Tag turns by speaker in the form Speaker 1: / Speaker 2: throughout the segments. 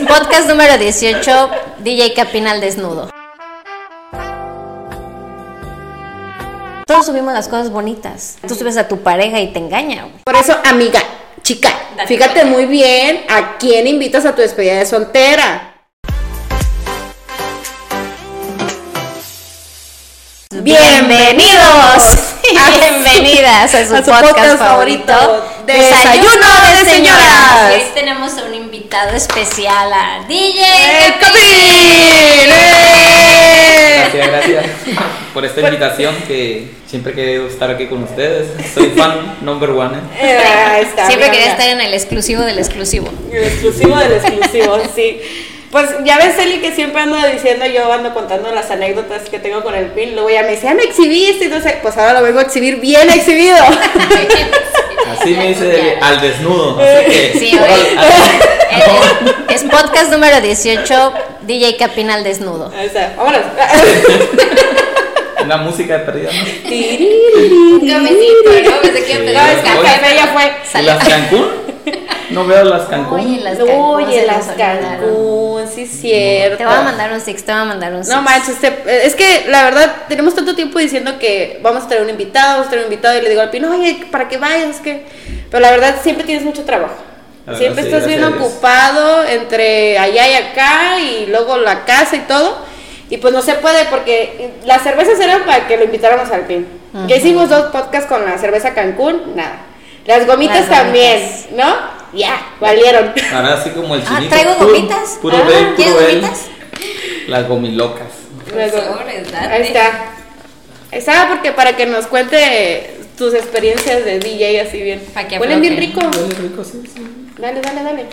Speaker 1: Podcast número 18, DJ Capinal desnudo. Todos subimos las cosas bonitas. Tú subes a tu pareja y te engaña, güey.
Speaker 2: Por eso, amiga, chica, fíjate muy bien a quién invitas a tu despedida de soltera.
Speaker 1: Bienvenidos. Bienvenidas a su, podcast, favorito.
Speaker 2: Desayuno de señoras.
Speaker 1: Y hoy tenemos a un invitado especial a DJ
Speaker 2: ¡El
Speaker 1: Capinal.
Speaker 2: Capín! ¡Eh!
Speaker 3: Gracias, gracias por esta invitación que siempre he querido estar aquí con ustedes. Soy fan number one. ¿eh?
Speaker 2: Eh, ahí está,
Speaker 1: Siempre
Speaker 2: mira,
Speaker 1: quería
Speaker 2: mira.
Speaker 1: estar en el exclusivo del exclusivo.
Speaker 2: El exclusivo del exclusivo, sí. Pues ya ves, Eli, que siempre ando diciendo, yo ando contando las anécdotas que tengo con el pin. Luego ya me dice, ah, me exhibiste. Entonces, pues ahora lo vengo a exhibir bien exhibido.
Speaker 3: Así me dice
Speaker 1: Ya.
Speaker 3: el- al desnudo. Así que,
Speaker 1: Sí, oye.
Speaker 3: al-
Speaker 1: Eh, Es podcast número 18, DJ Capinal desnudo.
Speaker 2: Ahí está, vámonos.
Speaker 3: una música de perdida. ¿no?
Speaker 1: Un cafecito, ¿no? Desde que
Speaker 3: Sí.
Speaker 1: empezó
Speaker 2: No,
Speaker 1: el
Speaker 2: es que
Speaker 1: café.
Speaker 2: ya fue, ya fue.
Speaker 3: ¿Y las Cancún? No veo las Cancún.
Speaker 1: Oye, las Cancún
Speaker 2: Oye,
Speaker 1: se
Speaker 2: las
Speaker 1: nos olvidaron.
Speaker 2: Cancún, sí es cierto.
Speaker 1: Te voy a mandar un six, te voy a mandar un six.
Speaker 2: No manches, te- eh, es que la verdad tenemos tanto tiempo diciendo que vamos a traer un invitado, vamos a traer un invitado y le digo al pino, oye, para que vayas, que... Pero la verdad siempre tienes mucho trabajo.
Speaker 3: La verdad,
Speaker 2: Siempre
Speaker 3: sí,
Speaker 2: estás bien
Speaker 3: gracias a Dios.
Speaker 2: ocupado entre allá y acá y luego la casa y todo. Y pues no se puede porque las cervezas eran para que lo invitáramos al pin. Ya hicimos dos podcasts con la cerveza Cancún, nada. Las gomitas
Speaker 1: Las gomitas.
Speaker 2: también, ¿no? Ya, valieron.
Speaker 3: Ahora sí como el
Speaker 1: Ah,
Speaker 3: chinito.
Speaker 1: traigo
Speaker 3: puro-
Speaker 1: gomitas.
Speaker 3: Puro
Speaker 2: Ah,
Speaker 3: bel, puro
Speaker 1: ¿Quieres
Speaker 3: bel.
Speaker 1: gomitas?
Speaker 3: Las gomilocas.
Speaker 1: Por favor, date.
Speaker 2: Ahí está. Ahí está porque para que nos cuente tus experiencias de DJ así bien.
Speaker 1: Pa' que
Speaker 2: Huelen bien rico.
Speaker 1: aflojen.
Speaker 3: Huele rico, sí, sí.
Speaker 2: Dale, dale, dale.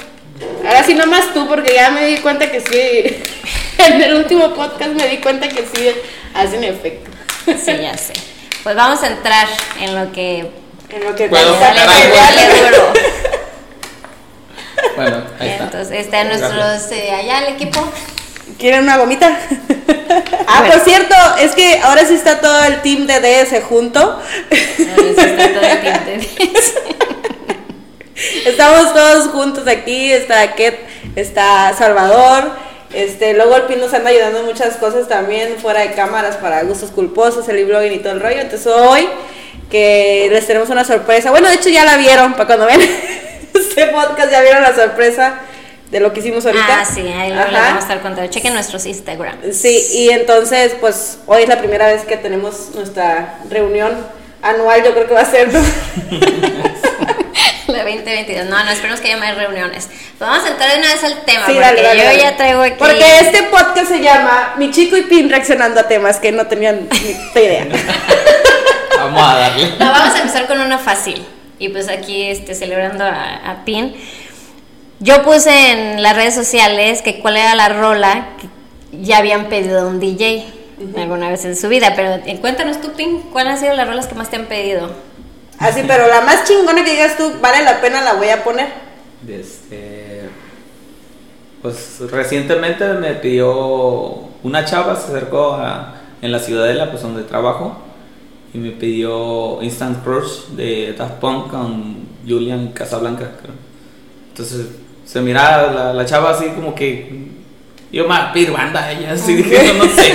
Speaker 2: Ahora sí nomás tú porque ya me di cuenta que sí. En el último podcast me di cuenta que sí hacen efecto.
Speaker 1: Sí, ya sé. Pues vamos a entrar en lo que
Speaker 2: En lo que
Speaker 3: Bueno,
Speaker 2: te
Speaker 1: sale,
Speaker 2: sale,
Speaker 3: caray,
Speaker 1: dale,
Speaker 3: bueno.
Speaker 2: dale,
Speaker 1: dale
Speaker 2: dale.
Speaker 1: duro.
Speaker 3: Bueno, ahí está.
Speaker 1: Entonces, está nuestros,
Speaker 3: Gracias.
Speaker 1: eh, allá el equipo.
Speaker 2: ¿Quieren una gomita? ah,
Speaker 1: Bueno.
Speaker 2: por cierto, es que ahora sí está todo el team de DS junto.
Speaker 1: No, les está todo el tinte.
Speaker 2: Estamos todos juntos aquí, está Ket, está Salvador, este, luego el Pin nos anda ayudando en muchas cosas también fuera de cámaras para gustos culposos, el blogging y todo el rollo. Entonces hoy que les tenemos una sorpresa. Bueno, de hecho ya la vieron, para cuando ven este podcast ya vieron la sorpresa de lo que hicimos ahorita.
Speaker 1: Ah, sí, ahí
Speaker 2: Ajá.
Speaker 1: les vamos a estar contando. Chequen nuestros Instagram.
Speaker 2: Sí, y entonces, pues hoy es la primera vez que tenemos nuestra reunión anual, yo creo que va a ser, ¿no?
Speaker 1: La 2022. No, no, esperemos que haya más reuniones. Pues vamos a entrar de una vez al
Speaker 3: Ah,
Speaker 1: tema.
Speaker 2: Sí,
Speaker 1: porque
Speaker 2: dale, dale,
Speaker 1: yo
Speaker 2: dale.
Speaker 1: ya traigo aquí.
Speaker 2: Porque este podcast se llama Mi chico y Pin reaccionando a temas que no tenían ni puta idea.
Speaker 3: Vamos a darle.
Speaker 1: No, vamos a empezar con una fácil. Y pues aquí este, celebrando a, a Pin. Yo puse en las redes sociales que cuál era la rola que ya habían pedido a un DJ alguna vez en su vida. Pero eh, cuéntanos tú, Pin, ¿cuáles han sido las rolas que más te han pedido?
Speaker 2: Así, pero la más chingona que digas tú, vale la pena, la voy a poner.
Speaker 3: Este, pues recientemente me pidió una chava, se acercó a- en la ciudadela, pues donde trabajo, y me pidió Instant Crush de Daft Punk con Julian Casablanca. creo. Entonces se miraba la, la chava así como que yo me voy a pedir banda a ella, así dije, no, no sé.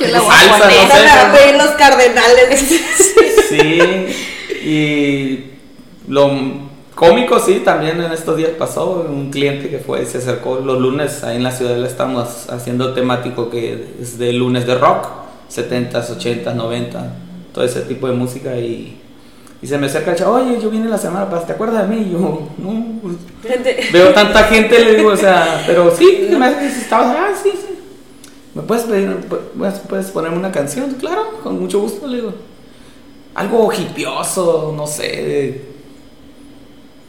Speaker 1: Yo la voy a poner.
Speaker 3: Salsa, Ah, no sé,
Speaker 2: Esa la
Speaker 3: pero-
Speaker 2: voy a ir los cardenales.
Speaker 3: Sí, y lo cómico, sí, también en estos días pasó. Un cliente que fue, se acercó los lunes, ahí en la ciudad la estamos haciendo temático que es de lunes de rock, 70s, 80s, 90 todo ese tipo de música. Y, y se me acerca el chavo, oye, yo vine la semana pasada, ¿te acuerdas de mí? Y yo, no, pues,
Speaker 2: Gente,
Speaker 3: veo tanta gente, le digo, o sea, pero sí, se me hace que si estabas, ah, sí, sí. ¿Me puedes pedir, puedes, puedes ponerme una canción? Claro, con mucho gusto, le digo. Algo hipioso, no sé. de-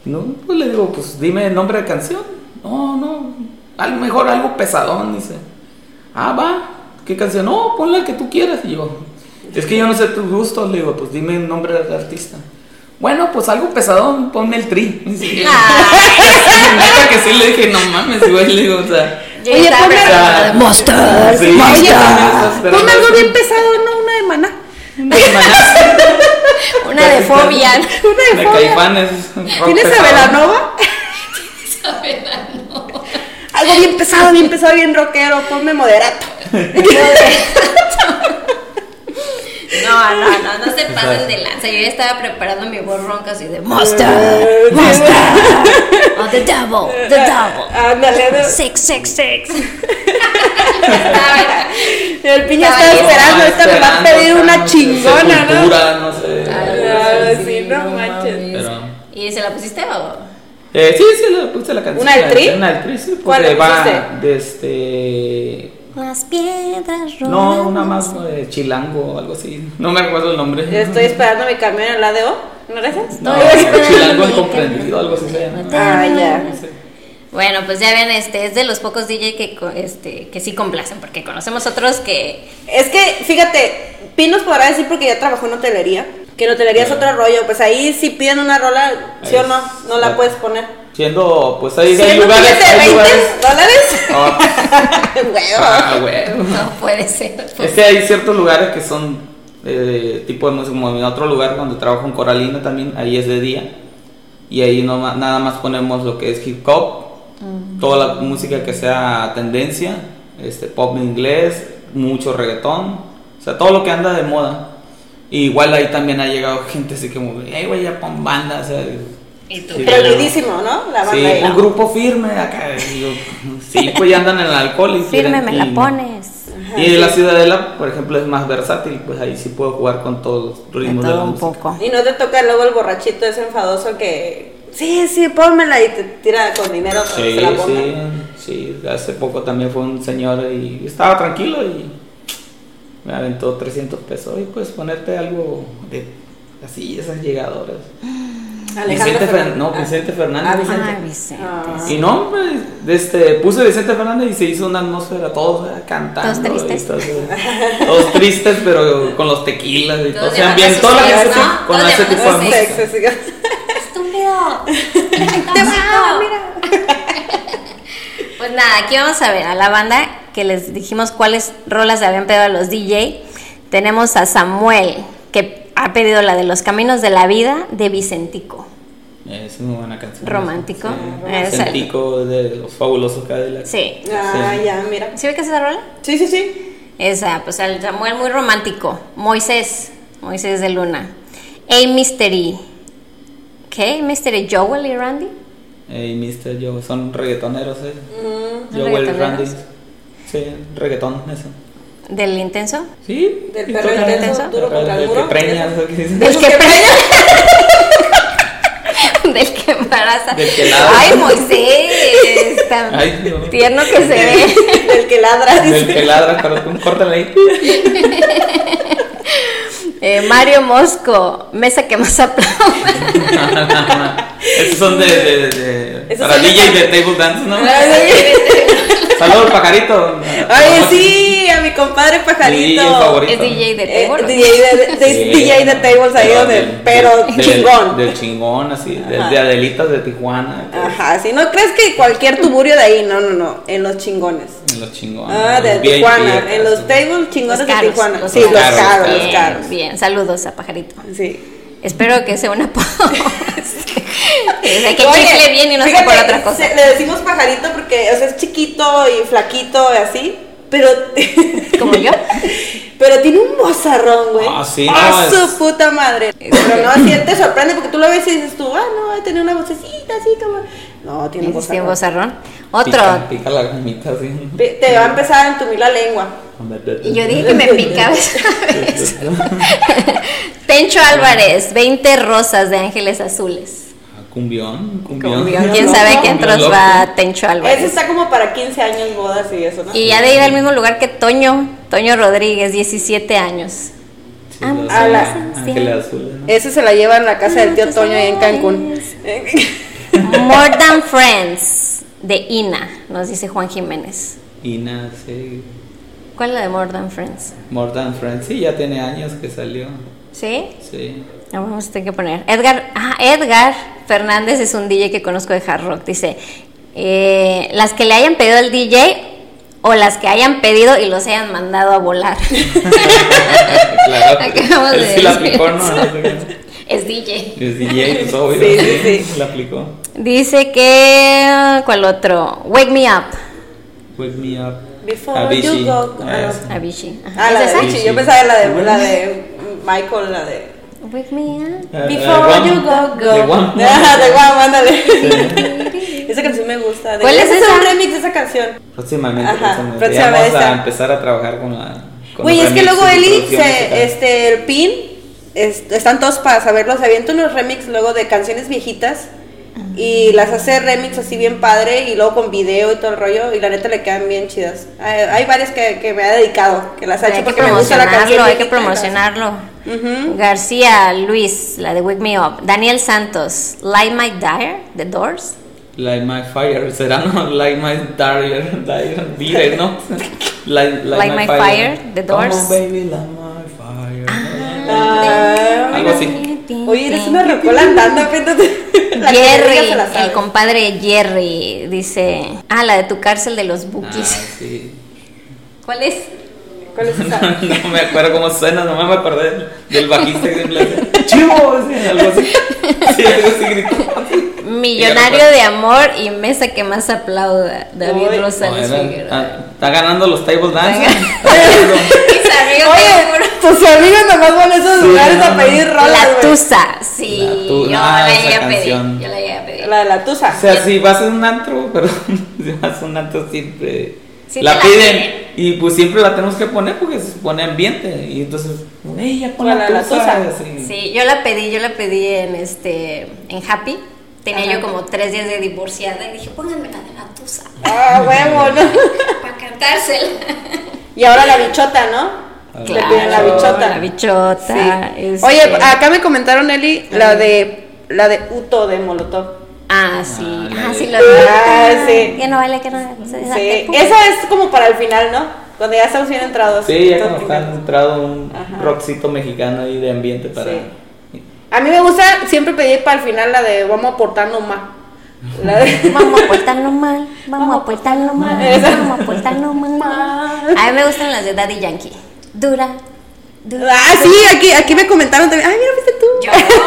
Speaker 3: No, pues le digo, pues dime el nombre de canción. No, no, a lo mejor algo pesadón, dice. Ah, va, ¿qué canción? No, pon la que tú quieras. Y yo, es que yo no sé tus gustos, le digo, pues dime el nombre del artista. Bueno, pues algo pesadón, ponme el tri. Dice.
Speaker 1: Ah,
Speaker 3: Neta que sí le dije, no mames, güey, le digo, o sea.
Speaker 1: yo
Speaker 2: Oye,
Speaker 1: estaba
Speaker 2: ponme-
Speaker 1: preparada
Speaker 3: Ah.
Speaker 1: de-
Speaker 3: Monsters. Sí,
Speaker 2: oye,
Speaker 3: Monsters. pero
Speaker 2: ponme
Speaker 3: no,
Speaker 2: algo
Speaker 3: sí.
Speaker 2: bien pesado, no una de maná.
Speaker 3: de maná,
Speaker 1: Una de fobia.
Speaker 2: Una de
Speaker 3: de
Speaker 2: fobia.
Speaker 3: caifanes. rock
Speaker 2: ¿Tienes a
Speaker 3: pesado.
Speaker 2: Velanova? bien pesado, bien pesado, bien rockero, ponme moderato.
Speaker 1: No, no, no, no se pasen de lanza. Yo ya estaba preparando mi voz ronca así de Monster,
Speaker 2: Eh,
Speaker 1: oh, the devil, the devil,
Speaker 2: Ándale, no.
Speaker 1: six, six, six. Estaba-
Speaker 2: el piña
Speaker 1: Estaba
Speaker 2: estaba
Speaker 1: listo.
Speaker 2: esperando, esta me va a pedir una chingona, ¿no?
Speaker 3: Cultura, no sé.
Speaker 2: Ah, sí, no manches.
Speaker 1: mames.
Speaker 3: Pero-
Speaker 1: ¿Y se la pusiste o...?
Speaker 3: Eh, sí, sí, le puse la canción.
Speaker 2: ¿Una actriz?
Speaker 3: Una actriz, sí, porque
Speaker 2: ¿Cuál le
Speaker 3: va
Speaker 2: pusiste?
Speaker 3: de este.
Speaker 1: Las piedras rolan.
Speaker 3: No, una más como de chilango o algo así. No me acuerdo el nombre.
Speaker 2: Estoy esperando mi camión en la ADO, ¿no rezas?
Speaker 3: No,
Speaker 1: Estoy esperando
Speaker 3: chilango
Speaker 1: mi
Speaker 3: incomprendido, algo así se
Speaker 1: camión.
Speaker 3: llama.
Speaker 2: Ah, ya.
Speaker 1: Bueno, pues ya ven, este es de los pocos DJ que, co- este, que sí complacen, porque conocemos otros que...
Speaker 2: Es que, fíjate, Pinos podrá decir porque ya trabajó en hotelería, que en hotelería es otro rollo, pues ahí si piden una rola, sí o no, no la puedes poner.
Speaker 3: Siendo, pues ahí
Speaker 2: Si
Speaker 3: hay
Speaker 2: es un
Speaker 3: lugares.
Speaker 2: billete de
Speaker 3: hay
Speaker 2: 20
Speaker 3: lugares.
Speaker 2: dólares,
Speaker 3: Ah,
Speaker 2: huevo.
Speaker 3: ah, güey.
Speaker 1: No puede ser.
Speaker 3: Es que hay ciertos lugares que son eh, tipo de música, como en otro lugar donde trabajo en Coralina también, ahí es de día. Y ahí no, ma- nada más ponemos lo que es hip hop, toda la música que sea tendencia, este pop en inglés, mucho reggaetón, o sea, todo lo que anda de moda. Y igual ahí también ha llegado gente así como, hey, güey, ya pon banda, o sea,
Speaker 1: ¿Y tú?
Speaker 3: Sí.
Speaker 2: Prohibidísimo, ¿no? La banda
Speaker 3: sí,
Speaker 2: ahí.
Speaker 3: un grupo firme acá. y yo, sí, pues ya andan en el alcohol y
Speaker 1: Firme,
Speaker 3: quieren-
Speaker 1: me
Speaker 3: y-
Speaker 1: la pones.
Speaker 3: y la Ciudadela, por ejemplo, es más versátil, pues ahí sí puedo jugar con todos los
Speaker 1: De
Speaker 3: ritmos de, la
Speaker 1: todo un
Speaker 3: música.
Speaker 1: poco.
Speaker 2: Y no te toca luego el borrachito ese enfadoso que, sí, sí, pónmela y te tira con dinero para que
Speaker 3: Sí,
Speaker 2: se la ponga.
Speaker 3: sí, sí. Hace poco también fue un señor y estaba tranquilo y me aventó 300 pesos. Y pues ponerte algo de así, esas llegadoras. Vicente Fernández. No, Vicente Fernández.
Speaker 2: Ah, Vicente.
Speaker 1: Ay, Vicente.
Speaker 2: Ah.
Speaker 3: Y no, pues, este, puse Vicente Fernández y se hizo una atmósfera, todos ¿verdad? cantando.
Speaker 1: Todos tristes.
Speaker 3: y todos- eh, todos tristes, pero con los tequilas y
Speaker 1: Todos
Speaker 3: todo. Se
Speaker 1: llevando
Speaker 3: ambientó
Speaker 1: sus
Speaker 3: la
Speaker 1: sillas,
Speaker 3: gente
Speaker 1: ¿no?
Speaker 3: con- con
Speaker 1: Todos
Speaker 3: ese tipo de
Speaker 1: llevando sus
Speaker 3: música.
Speaker 1: sillas.
Speaker 2: Ah. Sexo, sí.
Speaker 1: ¡Estúpido! Pues nada, aquí vamos a ver a la banda que les dijimos cuáles rolas le habían pedido a los DJ. Tenemos a Samuel, que ha pedido la de Los Caminos de la Vida de Vicentico.
Speaker 3: Es una buena canción.
Speaker 1: Romántico.
Speaker 3: Sí.
Speaker 1: Ah, exacto.
Speaker 3: Romántico de los fabulosos Cadillacs.
Speaker 1: Sí.
Speaker 2: Ah,
Speaker 3: Sí.
Speaker 2: ya, mira.
Speaker 1: ¿Sí ve que es esa rola?
Speaker 2: Sí, sí, sí.
Speaker 1: Esa, pues el Samuel muy romántico. Moisés, Moisés de Luna. Hey Mystery. ¿Qué? Mystery Joel y Randy.
Speaker 3: Ey, Mr. Joe, son reggaetoneros, ¿eh?
Speaker 2: Mm,
Speaker 1: ¿Son
Speaker 3: Joel
Speaker 1: reggaetoneros?
Speaker 3: Randy. Sí, reggaetón, eso.
Speaker 1: Del intenso.
Speaker 3: Sí.
Speaker 2: Del
Speaker 3: y
Speaker 2: perro
Speaker 3: tocan
Speaker 2: intenso,
Speaker 3: eso.
Speaker 2: duro contra el
Speaker 3: Del
Speaker 2: muro.
Speaker 3: que preña, eso que dicen.
Speaker 1: Del que pre- Del que embaraza.
Speaker 3: Del que lava.
Speaker 1: Ay, Moisés. Tan
Speaker 3: Ay, no.
Speaker 1: tierno que se ve.
Speaker 2: Del que ladra,
Speaker 3: Del
Speaker 2: dice.
Speaker 3: que ladra, pero tú córtale ahí.
Speaker 1: Eh, Mario Mosco, mesa que más aplaude.
Speaker 3: Esos son de. de, de-
Speaker 2: Esos
Speaker 3: para
Speaker 2: son de-
Speaker 3: DJ de table dance, ¿no? Saludos, pajarito.
Speaker 2: Oye, sí, a mi compadre pajarito.
Speaker 3: DJ favorito.
Speaker 1: Es DJ de
Speaker 2: Eh,
Speaker 1: table. ¿o qué?
Speaker 2: DJ de, de-
Speaker 3: Sí,
Speaker 2: DJ de tables ahí
Speaker 3: pero
Speaker 2: donde,
Speaker 3: del-
Speaker 2: pero
Speaker 3: del-
Speaker 2: chingón.
Speaker 3: Del chingón, así, de,
Speaker 2: Ajá. Ah.
Speaker 3: de Adelitas de Tijuana. que-
Speaker 2: Ajá, si no crees que cualquier tuburio de ahí, no, no, no, en los chingones.
Speaker 3: En los chingones.
Speaker 2: Ah, de
Speaker 3: los VIP,
Speaker 2: Tijuana,
Speaker 3: acá,
Speaker 2: en los
Speaker 3: sí.
Speaker 2: tables chingones de Tijuana. sí,
Speaker 3: caros.
Speaker 2: los caros,
Speaker 3: Bien,
Speaker 2: los caros.
Speaker 1: Bien, bien, saludos a Pajarito.
Speaker 2: Sí.
Speaker 1: Espero que sea una pausa. o sea, que chicle bien y no sea
Speaker 2: fíjate,
Speaker 1: por otra cosa.
Speaker 2: se- le decimos pajarito porque, o sea, es chiquito y flaquito y así, pero...
Speaker 1: Como yo.
Speaker 2: Pero tiene un mozarrón, güey.
Speaker 3: Ah, sí,
Speaker 2: ¡Ah,
Speaker 3: no,
Speaker 2: su
Speaker 3: es-
Speaker 2: puta madre.
Speaker 1: Este.
Speaker 2: Pero no, así te sorprende porque tú lo ves y dices tú, ah, no, va a tener una vocecita así como. No, tiene un
Speaker 1: Ese sí,
Speaker 2: mozarrón.
Speaker 1: bozarrón. Otro.
Speaker 3: Pica, pica la gomita así.
Speaker 2: Pe- Te va a empezar a entumir la lengua.
Speaker 1: Y yo dije que me picaba esa vez. Tencho Álvarez, 20 rosas de ángeles azules.
Speaker 3: Ah, Cumbión, cumbión.
Speaker 1: Cumbión, quién sabe a qué
Speaker 3: Cumbión
Speaker 1: antros
Speaker 3: loco.
Speaker 1: va Tencho
Speaker 2: Ese
Speaker 1: Álvarez.
Speaker 2: está como para 15 años bodas y eso, ¿no?
Speaker 1: Y ha de ir al mismo lugar que Toño, Toño Rodríguez, 17 años.
Speaker 3: Sí,
Speaker 1: Ah,
Speaker 3: los
Speaker 2: A la-
Speaker 3: ángeles azules, ¿no?
Speaker 2: Ese se la lleva en la casa del tío Toño ahí en Cancún.
Speaker 1: More Than Friends, de Ina, nos dice Juan Jiménez.
Speaker 3: Ina, sí.
Speaker 1: ¿Cuál es la de More Than Friends?
Speaker 3: More Than Friends. Sí, ya tiene años que salió.
Speaker 1: ¿Sí?
Speaker 3: Sí.
Speaker 1: Ahora vamos a tener que poner. Edgar, ah, Edgar Fernández es un DJ que conozco de hard rock. Dice: eh, Las que le hayan pedido al DJ o las que hayan pedido y los hayan mandado a volar.
Speaker 3: claro.
Speaker 1: Acabamos
Speaker 3: él
Speaker 1: de
Speaker 3: sí la
Speaker 1: decir
Speaker 3: aplicó, ¿no?
Speaker 1: eso.
Speaker 3: No sé qué.
Speaker 1: es DJ.
Speaker 3: Es DJ, pues obvio.
Speaker 2: Sí, sí, sí.
Speaker 3: La aplicó.
Speaker 1: Dice que. ¿Cuál otro? Wake Me Up
Speaker 3: Wake Me Up.
Speaker 2: Before you
Speaker 3: Avicii.
Speaker 2: go.
Speaker 3: Ah,
Speaker 2: Ah,
Speaker 3: sí.
Speaker 1: Avicii. Ajá.
Speaker 2: Ah, la
Speaker 1: ¿Es
Speaker 2: de
Speaker 1: esa?
Speaker 2: Avicii. Yo
Speaker 3: Sí.
Speaker 2: pensaba en la de, la de Michael, la de.
Speaker 1: Wake me up.
Speaker 3: Ah,
Speaker 2: Before
Speaker 3: ah,
Speaker 2: you
Speaker 3: One.
Speaker 2: go, go.
Speaker 3: De One.
Speaker 2: Ah, de One, ándale. esa canción me gusta.
Speaker 1: ¿Cuál es
Speaker 2: Deberíamos hacer
Speaker 1: esa?
Speaker 2: un remix de esa canción.
Speaker 3: Próximamente,
Speaker 2: Ajá,
Speaker 3: próximamente. Ya
Speaker 2: próximamente
Speaker 3: vamos a
Speaker 2: está.
Speaker 3: empezar a trabajar con la. con
Speaker 2: Güey,
Speaker 3: los
Speaker 2: es que luego
Speaker 3: remixes y
Speaker 2: Eli,
Speaker 3: producciones y tal.
Speaker 2: se, este, el pin, es- están todos para saberlo, se avienta unos remix luego de canciones viejitas y las hace remix así bien padre y luego con video y todo el rollo y la neta le quedan bien chidas. Hay, hay varias que, que me ha dedicado, que las ha hecho
Speaker 1: Hay que
Speaker 2: porque me gusta la canción.
Speaker 1: promocionarlo, hay que
Speaker 2: viejita y las-
Speaker 1: promocionarlo.
Speaker 2: Ujú.
Speaker 1: García, Luis, la de Wake Me Up. Daniel Santos, Light My Dire, The Doors.
Speaker 3: Light My Fire, será no, Light My Dire, dire, dire ¿no? Light,
Speaker 1: Light My Fire, The Doors.
Speaker 3: Come on, baby, Light My Fire.
Speaker 2: Ah,
Speaker 3: Algo así.
Speaker 2: Oye, eres una rocola andando, apéntate. La que diga
Speaker 1: Jerry,
Speaker 2: se la sabe.
Speaker 1: el compadre Jerry, dice. Ah, la de tu cárcel de los
Speaker 3: Ah,
Speaker 1: bookies.
Speaker 3: sí. Ah.
Speaker 1: ¿Cuál es?
Speaker 2: ¿Cuál es esa?
Speaker 3: No me acuerdo cómo suena, nomás me acordé del, del bajista que siempre hace, ¡Chivo! decía, Algo así. Sí, algo así gritó.
Speaker 1: Millonario de amor y mesa que más aplauda. David
Speaker 2: Ay,
Speaker 3: No,
Speaker 1: Rosales
Speaker 3: era-
Speaker 1: Figueroa.
Speaker 3: ah, Está ganando los table dance.
Speaker 1: Está Mis amigos, seguro.
Speaker 2: Oye, tus amigos nomás van Pues a esos
Speaker 3: Sí,
Speaker 2: lugares
Speaker 3: no,
Speaker 2: a
Speaker 3: no.
Speaker 2: pedir rolas,
Speaker 1: La
Speaker 2: güey.
Speaker 1: Tusa, sí.
Speaker 3: La tu-
Speaker 1: yo,
Speaker 3: ah,
Speaker 1: la
Speaker 3: esa
Speaker 1: llegué a pedir,
Speaker 3: canción.
Speaker 1: yo la llegué a pedir.
Speaker 2: La de la tusa.
Speaker 3: O sea, si vas a un antro, perdón, si vas a un antro siempre
Speaker 1: Sí
Speaker 3: la,
Speaker 1: te la
Speaker 3: piden,
Speaker 1: piden.
Speaker 3: y pues siempre la tenemos que poner porque se pone ambiente y entonces, ¡ey, ya pon
Speaker 2: Bueno,
Speaker 3: la
Speaker 2: la
Speaker 3: tusa",
Speaker 2: tusa.
Speaker 3: así.
Speaker 1: Sí, yo la pedí, yo la pedí en este en Happy. Tenía
Speaker 2: Ajá.
Speaker 1: yo como tres días de divorciada y dije, pónganme la de la tusa
Speaker 2: Ah, huevo, ¿no?
Speaker 1: para cantársela.
Speaker 2: Y ahora la bichota, ¿no?
Speaker 3: A ver.
Speaker 2: Le piden la bichota.
Speaker 1: La bichota. este-
Speaker 2: Oye, acá me comentaron, Eli, la de la de Uto de Molotov.
Speaker 1: Ah, sí.
Speaker 3: Ah, la
Speaker 1: Ah, sí,
Speaker 3: de-
Speaker 1: lo
Speaker 2: Ah, sí.
Speaker 1: Ya no vale que no. se desate,
Speaker 2: Sí.
Speaker 1: pum.
Speaker 2: Eso es como para el final, ¿no? Cuando ya estamos bien entrados.
Speaker 3: Sí, ya
Speaker 2: Todos
Speaker 3: como está
Speaker 2: picados.
Speaker 3: entrado un
Speaker 2: Ajá.
Speaker 3: rockcito mexicano ahí de ambiente para.
Speaker 2: A mí me gusta siempre pedir para el final la de vamos a portarnos más. La de...
Speaker 1: Vamos a portarlo mal, vamos a portarlo mal,
Speaker 2: Esa.
Speaker 1: vamos a portarlo mal. A mí me gustan las de Daddy Yankee. Dura, dura.
Speaker 2: Ah, sí, aquí, aquí me comentaron también. Ay, mira, fuiste tú.
Speaker 1: Yo,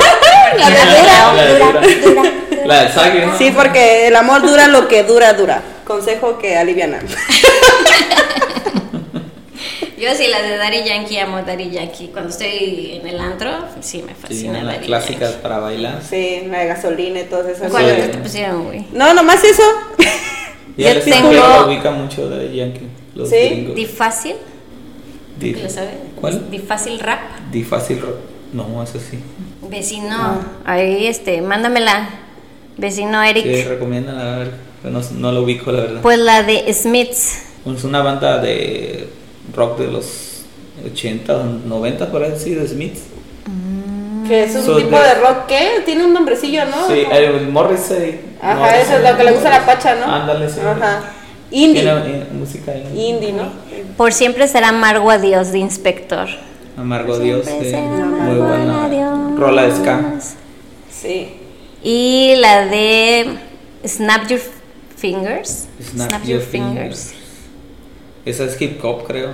Speaker 1: porque
Speaker 3: La
Speaker 1: me da
Speaker 3: de
Speaker 1: dura,
Speaker 3: dura.
Speaker 1: dura, dura.
Speaker 3: La del saque, ¿no?
Speaker 2: Sí, porque el amor dura lo que dura, dura. Consejo que aliviana.
Speaker 1: Yo sí, las de Daddy Yankee, amo Daddy Yankee. Cuando estoy en el antro, sí me
Speaker 3: Sí,
Speaker 1: fascina
Speaker 3: una
Speaker 1: Daddy
Speaker 3: clásica
Speaker 1: Yankee.
Speaker 3: para bailar.
Speaker 2: Sí, la de gasolina y todas esas
Speaker 1: ¿Cuál
Speaker 3: Sí.
Speaker 1: otra te pusieron, güey?
Speaker 2: No, nomás eso.
Speaker 3: Y
Speaker 1: Yo
Speaker 3: el
Speaker 1: tengo-
Speaker 3: extranjero lo ubica mucho de Yankee. Los
Speaker 2: Sí.
Speaker 3: gringos.
Speaker 1: ¿Difácil?
Speaker 3: Di-
Speaker 1: ¿Lo saben?
Speaker 3: ¿Cuál?
Speaker 1: ¿Difácil rap?
Speaker 3: Di fácil rock. No, eso sí.
Speaker 1: Vecino,
Speaker 3: Ah.
Speaker 1: ahí este, mándamela. Vecino Eric.
Speaker 3: ¿Qué recomiendan? A ver, no, no lo ubico, la verdad.
Speaker 1: Pues la de Smiths.
Speaker 3: Es una banda de rock de los 80, 90, por ahí, sí, de Smith.
Speaker 2: Que es un
Speaker 3: So
Speaker 2: tipo
Speaker 3: de-
Speaker 2: de rock que tiene un nombrecillo, ¿no?
Speaker 3: Sí, el Morrissey.
Speaker 2: Ah. Ajá,
Speaker 3: Morrissey.
Speaker 2: eso es lo que le gusta a la pacha, ¿no?
Speaker 3: Ándale, sí.
Speaker 2: Ajá.
Speaker 3: Tiene
Speaker 2: Indie.
Speaker 3: eh, música ahí.
Speaker 2: Indie, ¿no?
Speaker 1: Por siempre será amargo adiós de inspector.
Speaker 3: Amargo Dios,
Speaker 1: Siempre
Speaker 3: sí.
Speaker 1: será
Speaker 3: muy
Speaker 1: amargo
Speaker 3: buena.
Speaker 1: adiós.
Speaker 3: Rola de ska.
Speaker 2: Sí.
Speaker 1: Y la de Snap Your Fingers.
Speaker 3: Snap Your Fingers. Esa es hip hop, creo.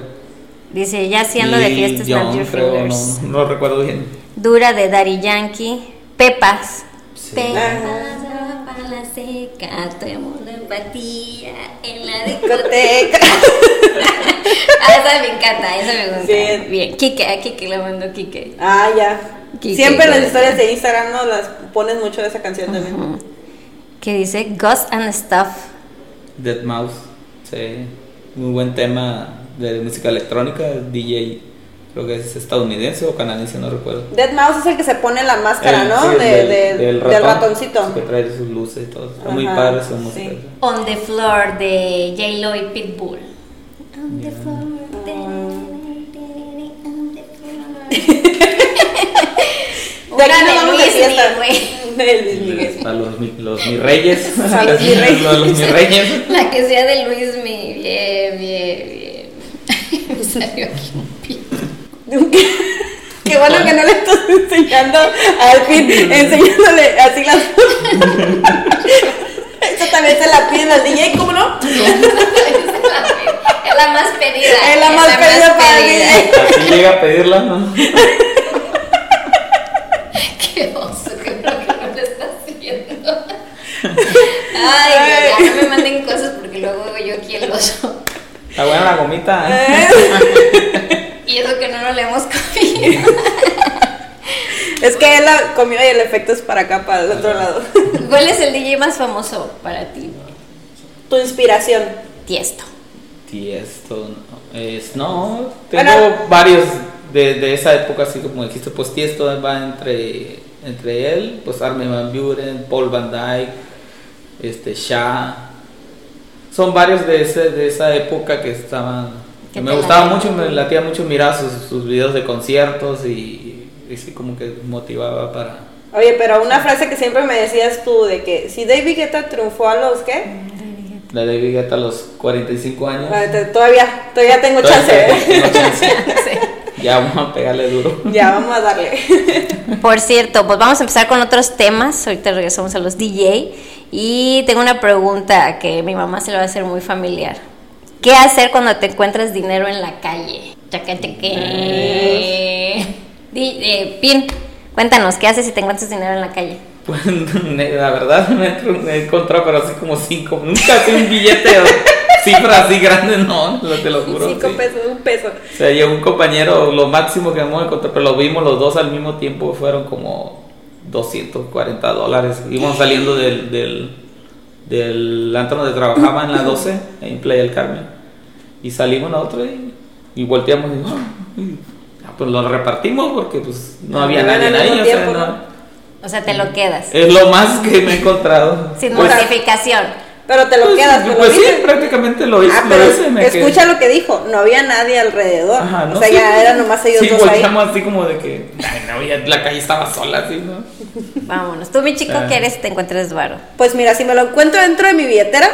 Speaker 1: Dice, ya siendo de
Speaker 3: Y
Speaker 1: fiesta, Snap
Speaker 3: Young,
Speaker 1: Your
Speaker 3: creo,
Speaker 1: Fingers.
Speaker 3: No, no recuerdo bien.
Speaker 1: Dura de Daddy Yankee. Pepas.
Speaker 3: Sí.
Speaker 1: Pepas, para la seca, tu amor de empatía en la
Speaker 2: Discoteca.
Speaker 1: Ah, esa me encanta, esa me gusta.
Speaker 2: Sí.
Speaker 1: Bien, Kike, a Kike le mando Kike.
Speaker 2: Ah, ya.
Speaker 1: Quique,
Speaker 2: Siempre las
Speaker 1: güey.
Speaker 2: historias de Instagram no las pones mucho de esa canción también.
Speaker 1: Que dice Ghost and Stuff.
Speaker 3: Dead Mouse, sí. Muy buen tema de música electrónica, DJ. Creo que es estadounidense o canadiense, no recuerdo.
Speaker 2: Dead Mouse es el que se pone la máscara,
Speaker 3: El-
Speaker 2: ¿no?
Speaker 3: sí, el
Speaker 2: de, de- del, ratoncito.
Speaker 3: Que trae sus luces y todo. Está muy
Speaker 2: Ajá,
Speaker 3: padre
Speaker 2: sí.
Speaker 3: su música.
Speaker 1: On the Floor de J-Lo y Pitbull. On the floor. on the floor.
Speaker 2: De aquí
Speaker 1: Una
Speaker 2: nos
Speaker 1: de
Speaker 2: vamos de
Speaker 1: Luis
Speaker 2: fiesta.
Speaker 1: Miguel,
Speaker 2: De Luis Miguel.
Speaker 3: Está los, mi- los mi reyes.
Speaker 2: A los mi reyes.
Speaker 3: Los, los mi reyes.
Speaker 1: La que sea de Luis Mi. Bien, bien, bien. Me salió aquí un pito.
Speaker 2: Qué bueno que no le estás enseñando al fin, enseñándole así las. Esta también se la piden al DJ, ¿cómo no?
Speaker 1: Es la más pedida.
Speaker 2: Es la más pedida para el DJ.
Speaker 3: Así llega a pedirla, ¿no?
Speaker 1: Qué oso, qué bueno que no lo estás haciendo. Ay, Dios, ya no me manden cosas porque luego pongo yo aquí el oso.
Speaker 3: Está buena la gomita. ¿eh?
Speaker 1: Y eso que no lo le hemos comido.
Speaker 2: Es que él la comió y el efecto es para acá, para el otro lado.
Speaker 1: ¿Cuál es el DJ más famoso para ti?
Speaker 2: Tu inspiración.
Speaker 1: Tiesto.
Speaker 3: Tiesto, no, es, no tengo
Speaker 2: Bueno.
Speaker 3: varios de, de esa época, así como dijiste, pues Tiesto va entre, entre él, pues Armin Van Buren, Paul Van Dyke, este, Shah, son varios de, ese, de esa época que estaban,
Speaker 1: Que
Speaker 3: que
Speaker 1: te
Speaker 3: me gustaba
Speaker 1: latían.
Speaker 3: mucho, me latía mucho mirar sus, sus videos de conciertos y, y sí como que motivaba para...
Speaker 2: Oye, pero una frase que siempre me decías tú de que si David Guetta triunfó a los qué,
Speaker 3: La David Guetta a los 45 años.
Speaker 2: Ah, te- todavía, todavía tengo
Speaker 3: Mm. Todavía
Speaker 2: chance. ¿eh?
Speaker 3: tengo chance. Ya vamos a pegarle duro.
Speaker 2: Ya vamos a darle.
Speaker 1: Por cierto, pues vamos a empezar con otros temas. Ahorita regresamos a los DJ. Y tengo una pregunta que mi mamá se lo va a hacer muy familiar. ¿Qué hacer cuando te encuentras dinero en la calle? Chacate que. Di- eh, Pin, cuéntanos, ¿qué haces si te encuentras dinero en la calle?
Speaker 3: Pues ne- la verdad me entro- me he encontrado pero así como cinco. Nunca hice un billete o cifra así grande, no, lo- te lo juro.
Speaker 2: Cinco
Speaker 3: sí.
Speaker 2: pesos, un peso.
Speaker 3: O sea, llegó un compañero, lo máximo que hemos encontrado, pero lo vimos los dos al mismo tiempo, fueron como 240 dólares. Íbamos saliendo del, del, del antro donde trabajaba en la 12, en Playa del Carmen. Y salimos nosotros y, y volteamos y, "Ah", y- ah, pues lo repartimos porque pues no había
Speaker 2: Pero
Speaker 3: nadie
Speaker 2: era al
Speaker 3: ahí.
Speaker 2: mismo
Speaker 3: o sea,
Speaker 2: tiempo,
Speaker 3: no-
Speaker 2: ¿no?
Speaker 1: O sea, te
Speaker 3: Mm.
Speaker 1: lo quedas.
Speaker 3: es lo más que me he encontrado.
Speaker 1: Sin
Speaker 2: Pues-
Speaker 1: justificación.
Speaker 2: Pero te lo
Speaker 3: Pues,
Speaker 2: quedas, te lo
Speaker 3: pues sí,
Speaker 2: dices.
Speaker 3: prácticamente lo hice.
Speaker 2: Ah,
Speaker 3: lo
Speaker 2: pero
Speaker 3: hice, me quedé.
Speaker 2: escucha lo que dijo, no había nadie alrededor.
Speaker 3: Ajá,
Speaker 2: o
Speaker 3: no,
Speaker 2: sea,
Speaker 3: sí,
Speaker 2: ya eran nomás ellos
Speaker 3: sí,
Speaker 2: dos ahí.
Speaker 3: volteamos así como de que, ay, no, ya la calle estaba sola, así, ¿no?
Speaker 1: Vámonos. Tú, mi chico,
Speaker 3: Ah.
Speaker 1: ¿qué eres si te encuentras varo?
Speaker 2: Pues mira, si me lo encuentro dentro de mi billetera,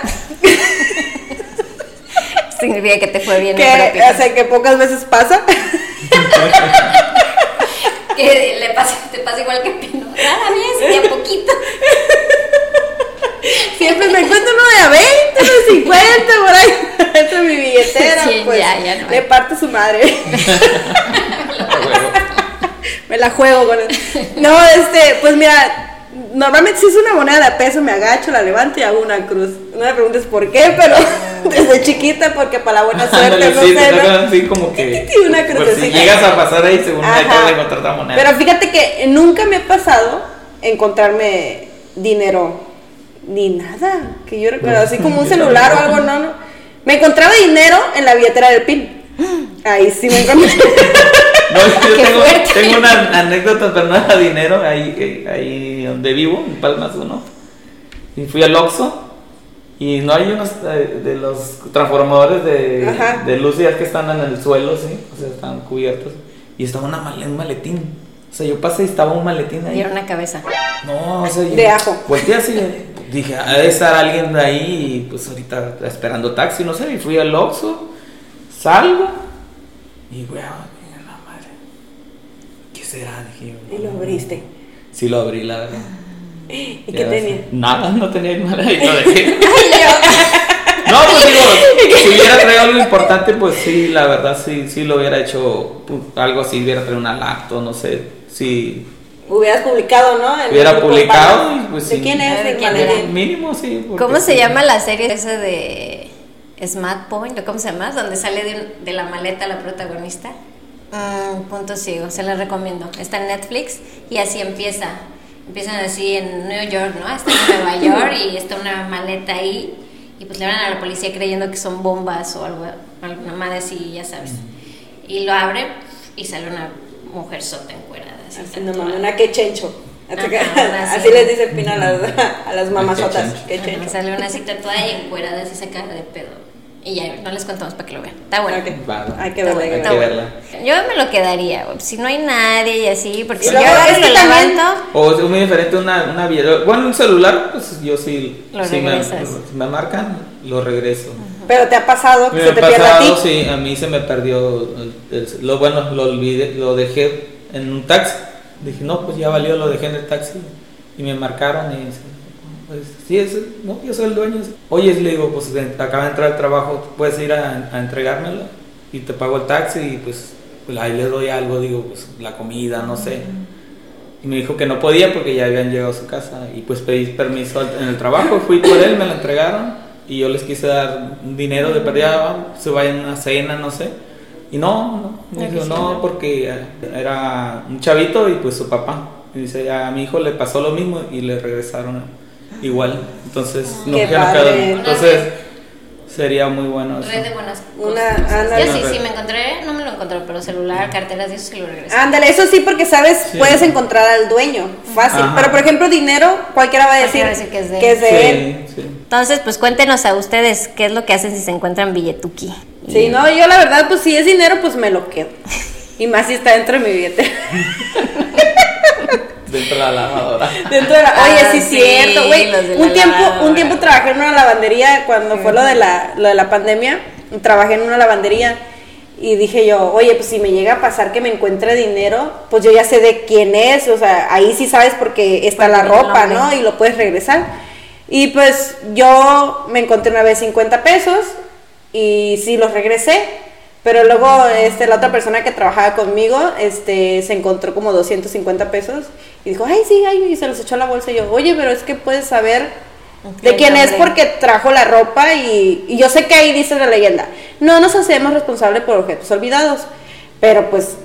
Speaker 1: Significa que te fue bien. en
Speaker 2: que
Speaker 1: propina.
Speaker 2: hace que pocas veces pasa,
Speaker 1: Que le pasa, te pasa igual que Pino. Rara vez, de a poquito.
Speaker 2: siempre me encuentro uno de a 20, uno de 50 por ahí dentro de mi billetera.
Speaker 1: Sí,
Speaker 2: pues
Speaker 1: ya, ya no hay.
Speaker 2: le parto su madre.
Speaker 3: A huevo.
Speaker 2: Me la juego con él. No, este, pues mira, normalmente si es una moneda de peso, me agacho, la levanto y hago una cruz. No me preguntes por qué, pero desde chiquita, porque para la buena suerte,
Speaker 3: Ándale,
Speaker 2: no
Speaker 3: sí,
Speaker 2: sé.
Speaker 3: te
Speaker 2: ¿no?
Speaker 3: sacan así como que.
Speaker 2: Y una
Speaker 3: por si
Speaker 2: crucecita.
Speaker 3: llegas a pasar ahí, según ahí
Speaker 2: Ajá.
Speaker 3: puedes encontrar la moneda.
Speaker 2: Pero fíjate que nunca me ha pasado encontrarme dinero, ni nada, que yo recuerdo, así como un
Speaker 3: Yo
Speaker 2: celular o algo,
Speaker 3: tampoco.
Speaker 2: no, no. Me encontraba dinero en la billetera del PIN. Ahí sí me encontré.
Speaker 3: No, es que yo
Speaker 1: Qué
Speaker 3: tengo,
Speaker 1: fuerte.
Speaker 3: tengo una anécdota, pero no era dinero, ahí, eh, ahí donde vivo, en Palmas 1. Y fui al Oxxo y no hay unos eh, de los transformadores de,
Speaker 2: Ajá.
Speaker 3: de luz y gas que están en el suelo, sí, o sea, están cubiertos. Y estaba una male- un maletín. O sea, yo pasé y estaba un maletín ahí.
Speaker 1: Dieron una cabeza.
Speaker 3: No, o sea, yo
Speaker 2: De ajo.
Speaker 3: volteé así, dije, ha de estar alguien de ahí, y pues ahorita esperando taxi, no sé, y fui al Oxxo, salgo, y güey, ah, mira la madre, ¿qué será? Dije, yo,
Speaker 2: Y lo abriste.
Speaker 3: Sí lo abrí, la verdad.
Speaker 2: ¿Y
Speaker 3: Ya
Speaker 2: qué
Speaker 3: ves,
Speaker 2: tenía?
Speaker 3: Nada, no tenía nada, y lo dejé.
Speaker 2: Ay, Leo.
Speaker 3: No, pues digo, si hubiera traído algo importante, pues sí, la verdad, sí, sí lo hubiera hecho, pu- algo así, hubiera traído una laptop, no sé, sí,
Speaker 2: Hubieras publicado, ¿no? En
Speaker 3: Hubiera
Speaker 2: el grupo
Speaker 3: publicado
Speaker 2: para-
Speaker 3: y, pues,
Speaker 2: ¿De
Speaker 3: sí.
Speaker 2: quién es
Speaker 1: ¿De
Speaker 2: el
Speaker 1: quién
Speaker 2: maletín?
Speaker 3: mínimo, sí. porque
Speaker 1: ¿Cómo se
Speaker 3: sí.
Speaker 1: llama la serie esa de Smart Point? ¿O cómo se llama? Donde sale de, un- de la maleta la protagonista. Mm, punto ciego, se la recomiendo. Está en Netflix y así empieza. Empiezan así en New York, ¿no? Está en Nueva York y está una maleta ahí. Y pues le van a la policía creyendo que son bombas o algo, alguna madre así, ya sabes. Y lo abren y sale una mujer sota encuerada. así,
Speaker 2: Así, no
Speaker 1: tatuada.
Speaker 2: mames, una que chencho. Así, que-
Speaker 1: Ajá, ahora sí.
Speaker 2: así les dice Pino a las, a las mamazotas.
Speaker 3: quechencho.
Speaker 2: Que
Speaker 1: Ajá,
Speaker 2: chencho.
Speaker 1: sale una cita toda y encuerada así se caga de pedo. Y ya, no les contamos para que lo vean. Está bueno.
Speaker 2: Ok.
Speaker 3: Va, va.
Speaker 2: Hay que
Speaker 1: Está
Speaker 2: verla. hay
Speaker 1: bueno,
Speaker 2: que
Speaker 1: está
Speaker 2: verla.
Speaker 1: bueno. Yo me lo quedaría, güey, si no hay nadie y así, porque
Speaker 2: Y
Speaker 1: si yo
Speaker 2: luego es
Speaker 1: agarro
Speaker 2: que
Speaker 1: y lo
Speaker 2: también-
Speaker 1: levanto,
Speaker 3: O es muy diferente una, una billetera. Bueno, un celular, pues yo sí.
Speaker 1: Lo
Speaker 3: sí me,
Speaker 1: regresas.
Speaker 3: si me marcan, lo regreso.
Speaker 2: Pero te ha pasado que
Speaker 3: Me
Speaker 2: se
Speaker 3: ha
Speaker 2: te pierda a ti.
Speaker 3: pasado, sí, a mí se me perdió. el- el- lo bueno, lo olvidé, lo dejé en un taxi. Dije, no, pues ya valió, lo dejé en el taxi. Y me marcaron y dice, pues, sí, es, no, yo soy el dueño. Oye, le digo, pues en- acaba de entrar al trabajo, puedes ir a, a entregármelo y te pago el taxi y pues, pues, ahí le doy algo, digo, pues la comida, no sé. Y me dijo que no podía porque ya habían llegado a su casa. Y pues pedí permiso al- en el trabajo, fui por él, me lo entregaron. y yo les quise dar dinero de pérdida, "Ah, se vayan a una cena, no sé. Y no, no, me
Speaker 1: Ah,
Speaker 3: dijo,
Speaker 1: sí,
Speaker 3: no,
Speaker 1: no.
Speaker 3: porque era un chavito y pues su papá. Y dice, a mi hijo le pasó lo mismo y le regresaron igual. Entonces, no
Speaker 2: Ah. Qué
Speaker 3: ya no
Speaker 2: padre.
Speaker 3: quedó. Entonces, sería muy bueno eso.
Speaker 1: Red de buenas
Speaker 2: Una-
Speaker 1: cosas.
Speaker 2: ándale.
Speaker 1: Yo sí,
Speaker 3: Una
Speaker 1: sí
Speaker 3: red.
Speaker 1: me encontré, no me lo encontré, pero celular, carteras, y eso se lo regresé.
Speaker 2: Ándale, eso sí, porque sabes,
Speaker 3: Sí.
Speaker 2: puedes encontrar al dueño, fácil.
Speaker 3: Ajá.
Speaker 2: Pero por ejemplo, dinero, cualquiera va a decir,
Speaker 1: Cualquiera va a decir que es de él.
Speaker 2: él.
Speaker 3: Sí, sí.
Speaker 1: Entonces, pues cuéntenos a ustedes qué es lo que hacen si se encuentran billetuki.
Speaker 2: Sí, no, yo la verdad, pues si es dinero, pues me lo quedo. Y más si está dentro de mi billete.
Speaker 3: Dentro de la lavadora.
Speaker 2: Dentro de la-
Speaker 1: Ah,
Speaker 2: Oye, sí,
Speaker 1: sí,
Speaker 2: cierto, güey.
Speaker 1: los de la
Speaker 2: Un tiempo, un
Speaker 1: lavadora.
Speaker 2: tiempo trabajé en una lavandería cuando fue lo de la, lo de la pandemia. Trabajé en una lavandería y dije yo, oye, pues si me llega a pasar que me encuentre dinero, pues yo ya sé de quién es, o sea, ahí sí sabes porque está la
Speaker 1: Porque el
Speaker 2: ropa,
Speaker 1: nombre.
Speaker 2: ¿no? Y lo puedes regresar. Y pues yo me encontré una vez 50 pesos y sí los regresé. Pero luego este, la otra persona que trabajaba conmigo este, se encontró como 250 pesos y dijo, ay, sí, ay, y se los echó a la bolsa. Y yo, oye, pero es que puedes saber de
Speaker 1: El
Speaker 2: quién es
Speaker 1: nombre.
Speaker 2: porque trajo la ropa y, y yo sé que ahí dice la leyenda, no nos hacemos responsable por objetos olvidados, pero pues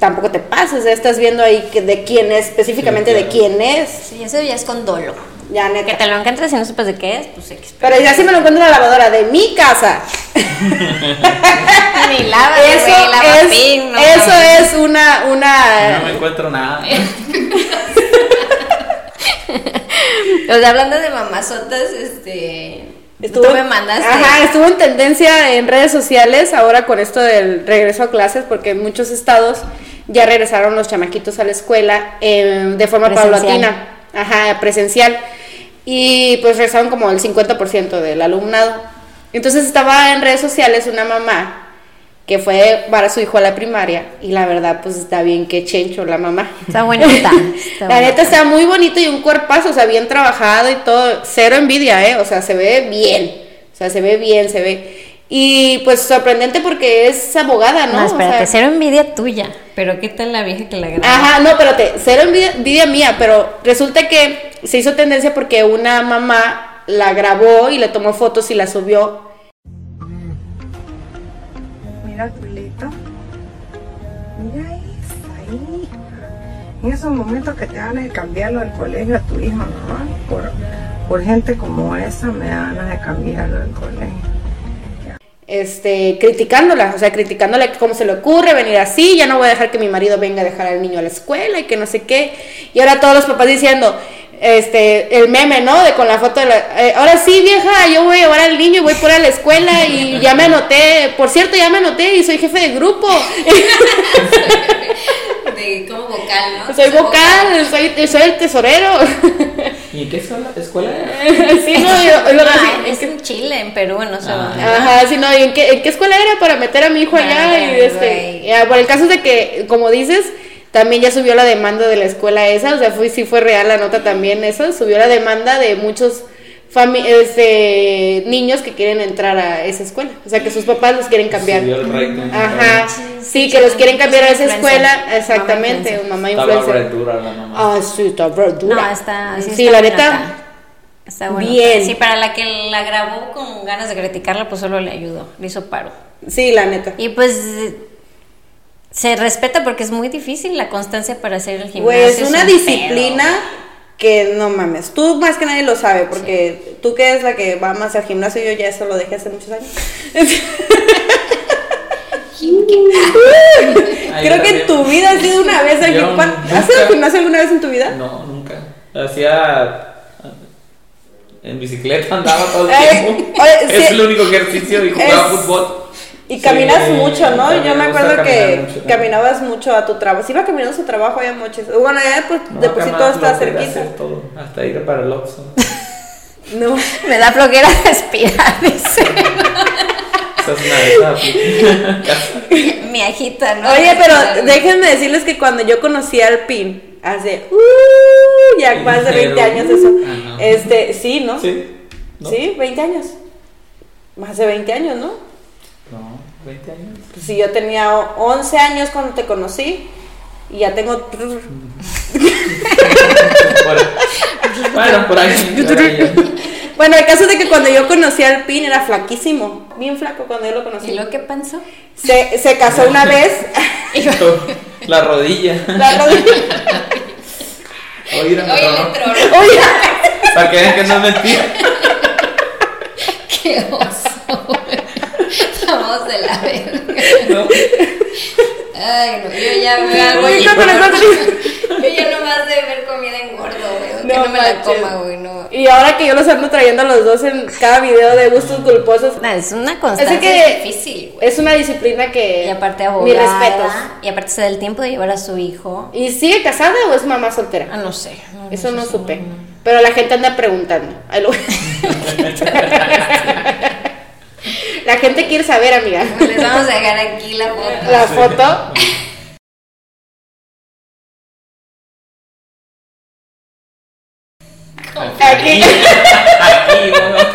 Speaker 2: tampoco te pases, ya estás viendo ahí que de quién es, específicamente
Speaker 3: Sí,
Speaker 2: de
Speaker 3: claro.
Speaker 2: quién es,
Speaker 1: Sí, eso ya es con dolo.
Speaker 2: ya
Speaker 1: Que
Speaker 2: neta.
Speaker 1: te lo encuentres y no sepas de qué es, pues X.
Speaker 2: Pero ya si me lo encuentro en la lavadora de mi casa,
Speaker 1: Ni lava,
Speaker 2: eso,
Speaker 1: Ah, güey, lava
Speaker 2: es,
Speaker 1: pin, no
Speaker 2: eso
Speaker 1: mames.
Speaker 2: es una, una,
Speaker 3: No me encuentro nada.
Speaker 1: O sea, hablando de mamazotas, este. tú me mandaste.
Speaker 2: Ajá, estuvo en tendencia en redes sociales ahora con esto del regreso a clases, porque en muchos estados ya regresaron los chamaquitos a la escuela eh, de forma
Speaker 1: Presencial.
Speaker 2: paulatina, ajá, presencial. Y pues regresaron como el 50% del alumnado. Entonces estaba en redes sociales una mamá que fue para su hijo a la primaria y la verdad pues está bien que chencho la mamá.
Speaker 1: Está bonita. está
Speaker 2: La
Speaker 1: bonita.
Speaker 2: neta está muy bonito y un cuerpazo, o sea, bien trabajado y todo. Cero envidia, ¿eh? O sea, se ve bien. O sea, se ve bien, se ve. Y pues sorprendente porque es abogada, ¿no?
Speaker 1: No, espérate,
Speaker 2: o sea,
Speaker 1: cero envidia tuya. Pero qué tal la vieja que la grabó.
Speaker 2: Ajá, no, espérate, cero envidia, envidia mía, pero resulta que se hizo tendencia porque una mamá la grabó y le tomó fotos y la subió.
Speaker 4: Mira, Tulito. Mira eso ahí. En esos momentos que te dan de cambiarlo del colegio a tu hijo, ¿no? Por, por gente como esa me dan ganas de cambiarlo del colegio.
Speaker 2: Este, criticándola, o sea, criticándole que cómo se le ocurre venir así, ya no voy a dejar que mi marido venga a dejar al niño a la escuela y que no sé qué. Y ahora todos los papás diciendo, este, el meme, ¿no? De con la foto de la- eh, ahora sí, vieja, yo voy a llevar al niño y voy por a la escuela y ya me anoté, por cierto, ya me anoté y soy jefe de grupo,
Speaker 1: De como vocal, ¿no?
Speaker 2: soy vocal, soy, soy el tesorero.
Speaker 3: ¿Y qué escuela, escuela era?
Speaker 2: sí, no, yo- lo-
Speaker 1: No, es en Chile, en Perú, no sé
Speaker 3: Ah.
Speaker 1: dónde.
Speaker 2: Ajá, sí, no, ¿y en qué, en qué escuela era para meter a mi hijo allá?
Speaker 1: Ay,
Speaker 2: y este,
Speaker 1: güey.
Speaker 2: ya, por el caso es de que, como dices, también ya subió la demanda de la escuela esa, o sea, fue, sí fue real la nota también esa, subió la demanda de muchos fami- este, niños que quieren entrar a esa escuela, o sea, que sus papás los quieren cambiar.
Speaker 3: Subió el rating.
Speaker 2: Ajá,
Speaker 1: Manches,
Speaker 2: sí,
Speaker 1: qué
Speaker 2: que los
Speaker 1: chido.
Speaker 2: quieren cambiar a esa
Speaker 1: Influencer.
Speaker 2: escuela,
Speaker 1: Mamá
Speaker 2: exactamente,
Speaker 1: influencer.
Speaker 2: mamá
Speaker 3: Estaba re
Speaker 2: influencer.
Speaker 3: dura la mamá.
Speaker 2: Ah, sí, está verdura.
Speaker 1: No, está.
Speaker 2: Sí,
Speaker 1: está
Speaker 2: la
Speaker 1: bonita.
Speaker 2: neta,
Speaker 1: Está bueno.
Speaker 2: bien.
Speaker 1: Sí, para la que la grabó con ganas de criticarla, pues solo le ayudó, le hizo paro.
Speaker 2: sí, la neta.
Speaker 1: Y pues se respeta porque es muy difícil la constancia para hacer el gimnasio.
Speaker 2: Pues
Speaker 1: es
Speaker 2: una
Speaker 1: un
Speaker 2: disciplina que no mames. Tú más que nadie lo sabe, porque tú que es la que va más al gimnasio, yo ya eso lo dejé hace muchos años.
Speaker 3: Ahí
Speaker 2: Creo que en
Speaker 3: también.
Speaker 2: tu vida has ido una vez al
Speaker 3: Yo
Speaker 2: gimnasio. ¿Has
Speaker 3: nunca-
Speaker 2: ido al gimnasio alguna vez en tu vida?
Speaker 3: No, nunca. Hacía. En bicicleta andaba todo el
Speaker 2: Eh,
Speaker 3: tiempo.
Speaker 2: oye, sí.
Speaker 3: es el único ejercicio y jugaba
Speaker 2: Es-
Speaker 3: fútbol.
Speaker 2: Y caminas
Speaker 3: Sí,
Speaker 2: mucho, ¿no?
Speaker 3: también
Speaker 2: Yo me
Speaker 3: gusta
Speaker 2: acuerdo que
Speaker 3: caminar mucho.
Speaker 2: caminabas mucho a tu trabajo. Si iba caminando a su trabajo allá moches. Bueno, allá pues,
Speaker 3: No,
Speaker 2: de por sí
Speaker 3: jamás
Speaker 2: todo
Speaker 3: lo
Speaker 2: está
Speaker 3: pude
Speaker 2: cerquita.
Speaker 3: hacer todo, hasta ir para el Oxxo.
Speaker 2: No.
Speaker 1: Me da flojera respirar, dice.
Speaker 3: Esa es una de esas aplicaciones.
Speaker 1: Mi ajita, ¿no?
Speaker 2: Oye, pero déjenme decirles que cuando yo conocí al PIN, hace uh, ya más de 20 años eso.
Speaker 3: Ajá.
Speaker 2: Este, sí, ¿no?
Speaker 3: Sí. ¿No?
Speaker 2: Sí, 20 años. Más de 20 años, ¿no?
Speaker 3: No, 20 años.
Speaker 2: Pues si yo tenía o- 11 años cuando te conocí y ya tengo...
Speaker 3: Por- bueno, por ahí. por ahí ya.
Speaker 2: Bueno, el caso es de que cuando yo conocí al Pin era flaquísimo, bien flaco cuando yo lo
Speaker 1: ¿Y
Speaker 2: conocí.
Speaker 1: lo que pensó?
Speaker 2: Se, se casó una vez,
Speaker 3: La rodilla.
Speaker 2: la rodilla-
Speaker 3: Oye,
Speaker 5: Oye,
Speaker 3: la mataron.
Speaker 5: el trono,
Speaker 2: Oye,
Speaker 3: Para que vean que no es mentira.
Speaker 5: qué oso. güey. Estamos de la verga.
Speaker 3: No.
Speaker 5: Ay, no, yo ya me hago
Speaker 2: oye,
Speaker 5: yo-
Speaker 2: con eso-
Speaker 5: Yo ya nomás de ver comida engordo, güey. o Que
Speaker 2: No
Speaker 5: no me la
Speaker 2: manches.
Speaker 5: coma, güey, no.
Speaker 2: Y ahora que yo los ando trayendo a los dos en cada video de gustos culposos,
Speaker 1: No, es una constancia
Speaker 2: es que
Speaker 5: difícil, güey.
Speaker 2: es una disciplina que
Speaker 1: Y aparte
Speaker 2: mis
Speaker 1: abogada.
Speaker 2: respetos.
Speaker 1: Y aparte se da el tiempo de llevar a su hijo.
Speaker 2: ¿Y sigue casada o es mamá soltera?
Speaker 1: Ah, no sé. no, no
Speaker 2: Eso
Speaker 1: sé
Speaker 2: no
Speaker 1: si-
Speaker 2: supe. Pero la gente anda preguntando. Ahí lo- la gente quiere saber, amiga.
Speaker 5: Pues les vamos a dejar aquí la foto.
Speaker 2: La foto. Aquí.
Speaker 3: Aquí, no.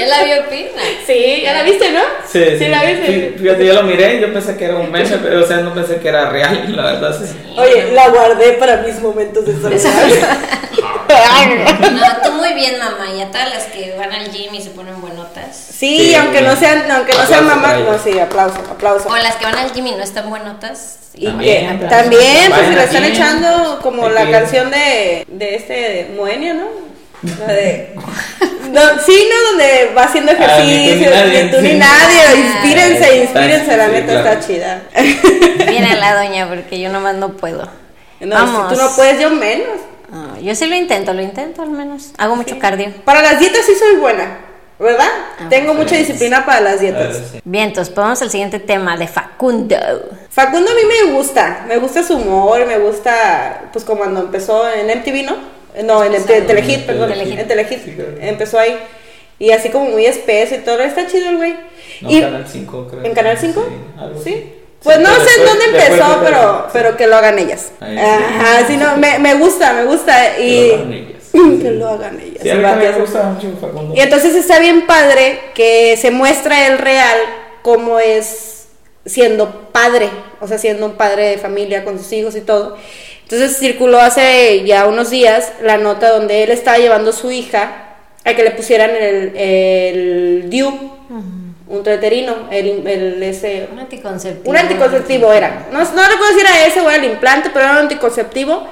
Speaker 5: Ya la vio Pina.
Speaker 2: Sí, ya la viste, ¿no?
Speaker 3: Sí, sí,
Speaker 2: la
Speaker 3: sí,
Speaker 2: viste.
Speaker 3: Fíjate, yo lo miré y yo pensé que era un meme, pero o sea, no pensé que era real, la verdad. Sí.
Speaker 2: Oye, la guardé para mis momentos de soledad.
Speaker 5: No, tú muy bien, mamá. Y a todas las que van al gym y se ponen buenotas.
Speaker 2: Sí,
Speaker 3: Sí.
Speaker 2: aunque no sean, aunque no sean
Speaker 3: Aplauso
Speaker 2: mamá,
Speaker 3: para ella.
Speaker 2: no, sí, aplauso, aplauso.
Speaker 5: O las que van al gym y no están buenotas.
Speaker 2: Y
Speaker 3: También,
Speaker 2: que
Speaker 3: aplauso.
Speaker 2: también, pues
Speaker 3: Vayan
Speaker 2: si le
Speaker 3: al
Speaker 2: están
Speaker 3: gym.
Speaker 2: echando como
Speaker 3: Hay
Speaker 2: la
Speaker 3: que-
Speaker 2: canción de, de este de Moenia, ¿no? La de. No, sí, ¿no? Donde va haciendo
Speaker 3: Ah,
Speaker 2: ejercicio, ni tú ni nadie,
Speaker 3: sí.
Speaker 1: Ah,
Speaker 2: inspírense,
Speaker 3: Está-
Speaker 2: inspírense, la
Speaker 3: sí,
Speaker 2: neta
Speaker 3: claro.
Speaker 2: está chida.
Speaker 1: Bien a la doña, porque yo nomás no puedo.
Speaker 2: No,
Speaker 1: Vamos.
Speaker 2: si tú no puedes, yo menos.
Speaker 5: Ah,
Speaker 1: No, yo sí lo intento, lo intento al menos. Hago mucho cardio.
Speaker 2: Para las dietas sí soy buena, ¿verdad?
Speaker 1: Ah,
Speaker 2: Tengo mucha disciplina para las
Speaker 3: Ah,
Speaker 2: dietas.
Speaker 3: sí.
Speaker 1: Bien, entonces vamos al siguiente tema de Facundo.
Speaker 2: Facundo a mí me gusta, me gusta su humor, me gusta, pues como cuando empezó en MTV, ¿no? No, en, MTV, en Telehit, perdón,
Speaker 3: Telehit.
Speaker 2: en Telehit,
Speaker 3: Sí, claro.
Speaker 2: empezó ahí. Y así como muy espeso y todo, está chido el güey.
Speaker 3: No,
Speaker 2: y
Speaker 3: Canal 5, creo.
Speaker 2: en Canal 5,
Speaker 3: Sí. algo
Speaker 2: sí.
Speaker 3: así.
Speaker 2: Pues
Speaker 3: Sí,
Speaker 2: no
Speaker 3: pero
Speaker 2: sé en
Speaker 3: después-
Speaker 2: dónde
Speaker 3: después
Speaker 2: empezó,
Speaker 3: de-
Speaker 2: pero, pero que lo hagan ellas.
Speaker 3: Ahí sí.
Speaker 2: Ajá, sí, no, me, me gusta, me gusta. Y,
Speaker 3: Que lo hagan ellas.
Speaker 2: que lo hagan ellas.
Speaker 3: Sí, a mí también me
Speaker 2: gracias.
Speaker 3: gusta mucho Facundo.
Speaker 2: Y entonces está bien padre que se muestra el real como es siendo padre, o sea, siendo un padre de familia con sus hijos y todo. Entonces circuló hace ya unos días la nota donde él estaba llevando a su hija a que le pusieran el, el DIU, un treterino, el, el- ese,
Speaker 1: Un anticonceptivo.
Speaker 2: un anticonceptivo era. No, no recuerdo si era ese o era el implante, pero era un anticonceptivo.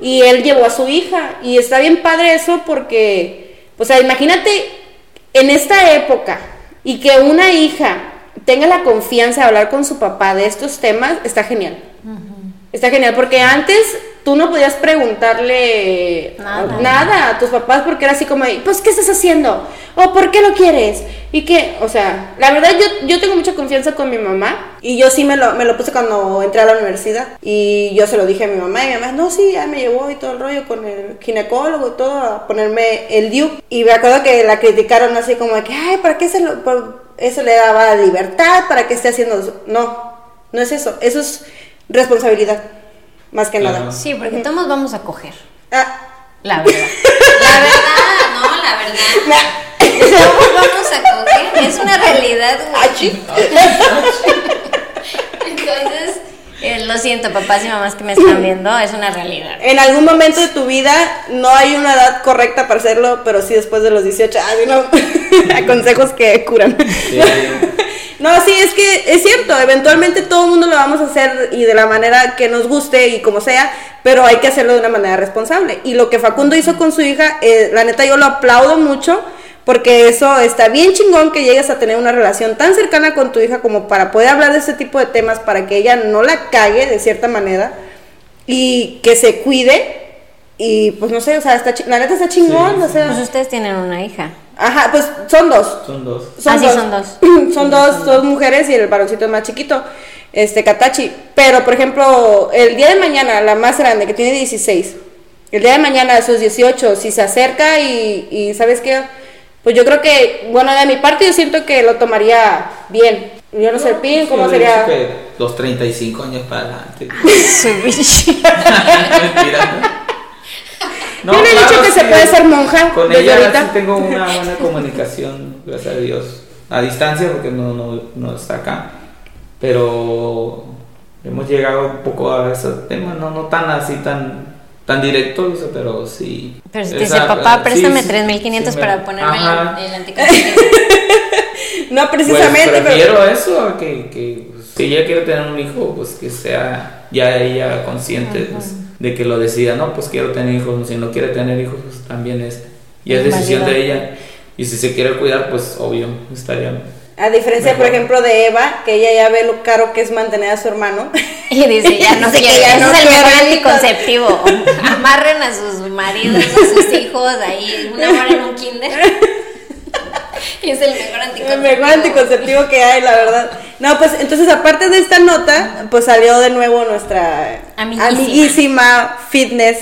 Speaker 2: Y él llevó a su hija. Y está bien padre eso porque, o sea, imagínate en esta época y que una hija tenga la confianza de hablar con su papá de estos temas, está genial. Está genial porque antes tú no podías preguntarle
Speaker 1: Nada.
Speaker 2: nada a tus papás porque era así como, de, pues, ¿qué estás haciendo? ¿O por qué lo quieres? Y que, o sea, la verdad yo, yo tengo mucha confianza con mi mamá y yo sí me lo, me lo puse cuando entré a la universidad y yo se lo dije a mi mamá y mi mamá, no, sí, ya me llevó y todo el rollo con el ginecólogo y todo a ponerme el DIU. Y me acuerdo que la criticaron así como de que, ay, ¿para qué se lo, por- eso le daba libertad? ¿Para qué esté haciendo eso? No, no es eso, eso es responsabilidad, más que
Speaker 3: Claro.
Speaker 2: nada.
Speaker 1: Sí, porque todos vamos a coger.
Speaker 2: Ah,
Speaker 1: La verdad.
Speaker 5: La verdad, no, la verdad. Todos vamos a coger. Es una realidad, güey. Entonces,
Speaker 1: Eh, lo siento, papás y mamás que me están viendo, es una realidad.
Speaker 2: En algún momento de tu vida no hay una edad correcta para hacerlo, pero sí después de los 18. Ah, sí, no. Consejos que curan.
Speaker 3: Sí.
Speaker 2: No, sí, es que es cierto, eventualmente todo el mundo lo vamos a hacer y de la manera que nos guste y como sea, pero hay que hacerlo de una manera responsable. Y lo que Facundo hizo con su hija, eh, la neta yo lo aplaudo mucho. Porque eso está bien chingón que llegues a tener una relación tan cercana con tu hija como para poder hablar de este tipo de temas, para que ella no la cague de cierta manera y que se cuide. Y pues no sé, o sea, está chi- la neta está chingón,
Speaker 3: Sí,
Speaker 2: o sea.
Speaker 1: Pues ustedes tienen una hija.
Speaker 2: Ajá, pues son dos.
Speaker 3: Son dos.
Speaker 1: Ah, sí, son dos.
Speaker 2: Son, dos, dos mujeres y el varoncito es más chiquito, este Katachi. Pero, por ejemplo, el día de mañana, la más grande, que tiene 16, el día de mañana a sus 18, si se acerca y, y ¿sabes qué? Pues yo creo que, bueno, de mi parte yo siento que lo tomaría bien. Yo no sé, Pin, ¿cómo
Speaker 3: Sí,
Speaker 2: sería?
Speaker 3: yo digo que Los 35 años para adelante.
Speaker 1: Su bicho.
Speaker 3: Mentira.
Speaker 2: Yo le he dicho que se puede ser monja
Speaker 3: Con
Speaker 2: desde
Speaker 3: ella
Speaker 2: ahorita.
Speaker 3: sí tengo una buena comunicación, gracias a Dios. A distancia, porque no, no, no está acá. Pero hemos llegado un poco a ese tema, no, no tan así, tan, tan directo, o sea, pero sí.
Speaker 1: Pero si te dice, papá, préstame 3.500 para
Speaker 5: Ponerme el-
Speaker 3: Ajá.
Speaker 5: el anticonceptivo.
Speaker 2: No
Speaker 3: Pues,
Speaker 2: precisamente,
Speaker 3: prefiero
Speaker 2: pero.
Speaker 3: eso a que, que pues, si ella quiere tener un hijo, pues que sea ya ella consciente pues, de que lo decida, no, pues quiero tener hijos, si no quiere tener hijos, pues también es, ya es
Speaker 1: Es
Speaker 3: decisión
Speaker 1: válido.
Speaker 3: de ella. Y si se quiere cuidar, pues obvio, estaría...
Speaker 2: A diferencia, por
Speaker 3: Mejor.
Speaker 2: ejemplo, de Eva, que ella ya ve lo caro que es mantener a su hermano.
Speaker 1: Y dice, ya no
Speaker 2: Dice que
Speaker 1: quiero,
Speaker 2: ya
Speaker 1: ese
Speaker 2: no
Speaker 1: es el mejor
Speaker 2: quiero hijos.
Speaker 1: anticonceptivo.
Speaker 5: Amarren a sus maridos, a sus hijos, ahí, una hora en un kinder. Y es el mejor anticonceptivo.
Speaker 2: El mejor anticonceptivo que hay, la verdad. No, pues entonces, aparte de esta nota, pues salió de nuevo nuestra
Speaker 1: Amiguísima.
Speaker 2: amiguísima fitness,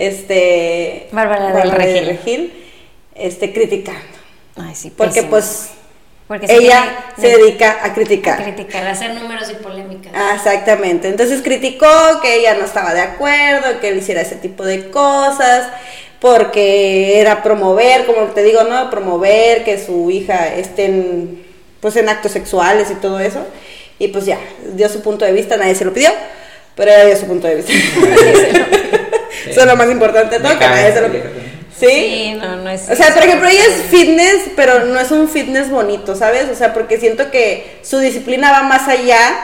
Speaker 2: este.
Speaker 1: Bárbara del Regil.
Speaker 2: este, criticando.
Speaker 1: Ay, sí,
Speaker 2: Porque,
Speaker 1: pésimo.
Speaker 2: pues,
Speaker 1: Porque se
Speaker 2: ella se
Speaker 1: tiene-
Speaker 2: dedica a criticar.
Speaker 1: criticar.
Speaker 5: Para hacer números y polémicas.
Speaker 2: Ah, Exactamente. Entonces criticó que ella no estaba de acuerdo, que él hiciera ese tipo de cosas, porque era promover, como te digo, ¿no? Promover que su hija esté en, pues, en actos sexuales y todo eso. Y pues ya, dio su punto de vista, nadie se lo pidió, pero ella dio su punto de vista. eso es lo más importante de todo,
Speaker 3: Me
Speaker 2: que nadie
Speaker 3: caga,
Speaker 2: se lo
Speaker 3: me
Speaker 2: pidió.
Speaker 3: caga.
Speaker 1: Sí, no, no es.
Speaker 2: O sea, por ejemplo, ella es fitness, pero no es un fitness bonito, ¿sabes? O sea, porque siento que su disciplina va más allá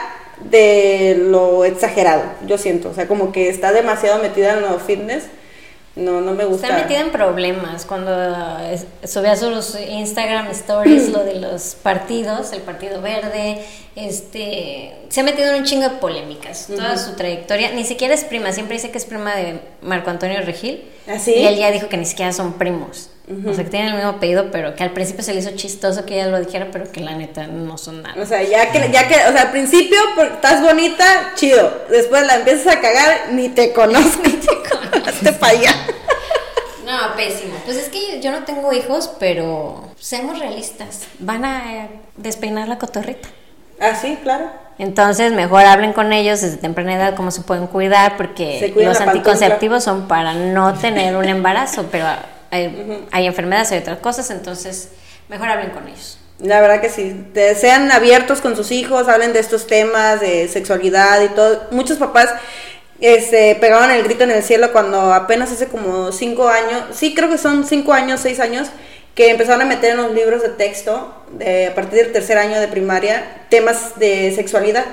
Speaker 2: de lo exagerado, yo siento. O sea, como que está demasiado metida en lo fitness. No, no me gusta.
Speaker 1: Está metida en problemas cuando eh, sube a sus Instagram stories lo de los partidos, el Partido Verde, este, se ha metido en un chingo de polémicas toda su trayectoria, ni siquiera es prima, siempre dice que es prima de Marco Antonio Regil
Speaker 2: ¿Ah, sí?
Speaker 1: y él ya dijo que ni siquiera son primos, o sea que tienen el mismo apellido, pero que al principio se le hizo chistoso que ella lo dijera, pero que la neta no son nada.
Speaker 2: O sea, ya que, ya que, o sea, al principio por- estás bonita, chido. Después la empiezas a cagar, ni te conozco. Ni te para allá.
Speaker 5: No, pésimo. Pues es que yo, yo no tengo hijos, pero seamos realistas.
Speaker 1: Van a eh, despeinar la cotorrita.
Speaker 2: Ah, sí, claro.
Speaker 1: Entonces, mejor hablen con ellos desde temprana edad cómo se pueden cuidar,
Speaker 2: Se
Speaker 1: porque
Speaker 2: cuidan
Speaker 1: los
Speaker 2: la pantorrilla.
Speaker 1: anticonceptivos son para no tener un embarazo, pero hay, hay enfermedades, hay otras cosas, entonces mejor hablen con ellos.
Speaker 2: La verdad que sí, Te- sean abiertos con sus hijos, hablen de estos temas de sexualidad y todo. Muchos papás este, pegaban el grito en el cielo cuando apenas hace como cinco años, sí creo que son cinco años, seis años, que empezaron a meter en los libros de texto, de, a partir del tercer año de primaria, temas de sexualidad.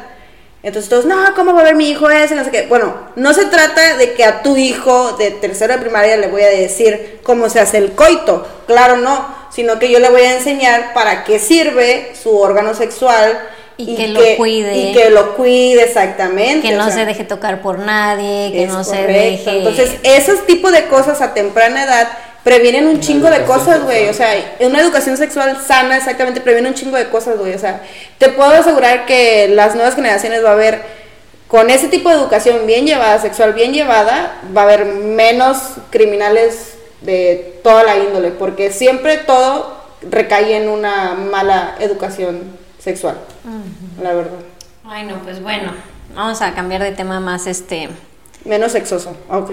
Speaker 2: Entonces todos, no, ¿cómo va a ver mi hijo ese? No sé qué. Bueno, no se trata de que a tu hijo de tercero de primaria le voy a decir cómo se hace el coito. Claro, no. Sino que yo le voy a enseñar para qué sirve su órgano sexual.
Speaker 1: Y que lo cuide.
Speaker 2: Y que lo cuide, exactamente.
Speaker 1: Que
Speaker 2: o
Speaker 1: no
Speaker 2: sea,
Speaker 1: se deje tocar por nadie, que
Speaker 2: es
Speaker 1: no se
Speaker 2: correcto.
Speaker 1: deje...
Speaker 2: Entonces, eh, esos tipos de cosas a temprana edad previenen un chingo de
Speaker 3: educación
Speaker 2: cosas, güey. O sea, una educación sexual sana exactamente previene un chingo de cosas, güey. O sea, te puedo asegurar que las nuevas generaciones va a haber, con ese tipo de educación bien llevada, sexual bien llevada, va a haber menos criminales de toda la índole, porque siempre todo recae en una mala educación sexual, la verdad.
Speaker 1: Ay, no, pues bueno, vamos a cambiar de tema más, este...
Speaker 2: Menos sexoso, ok.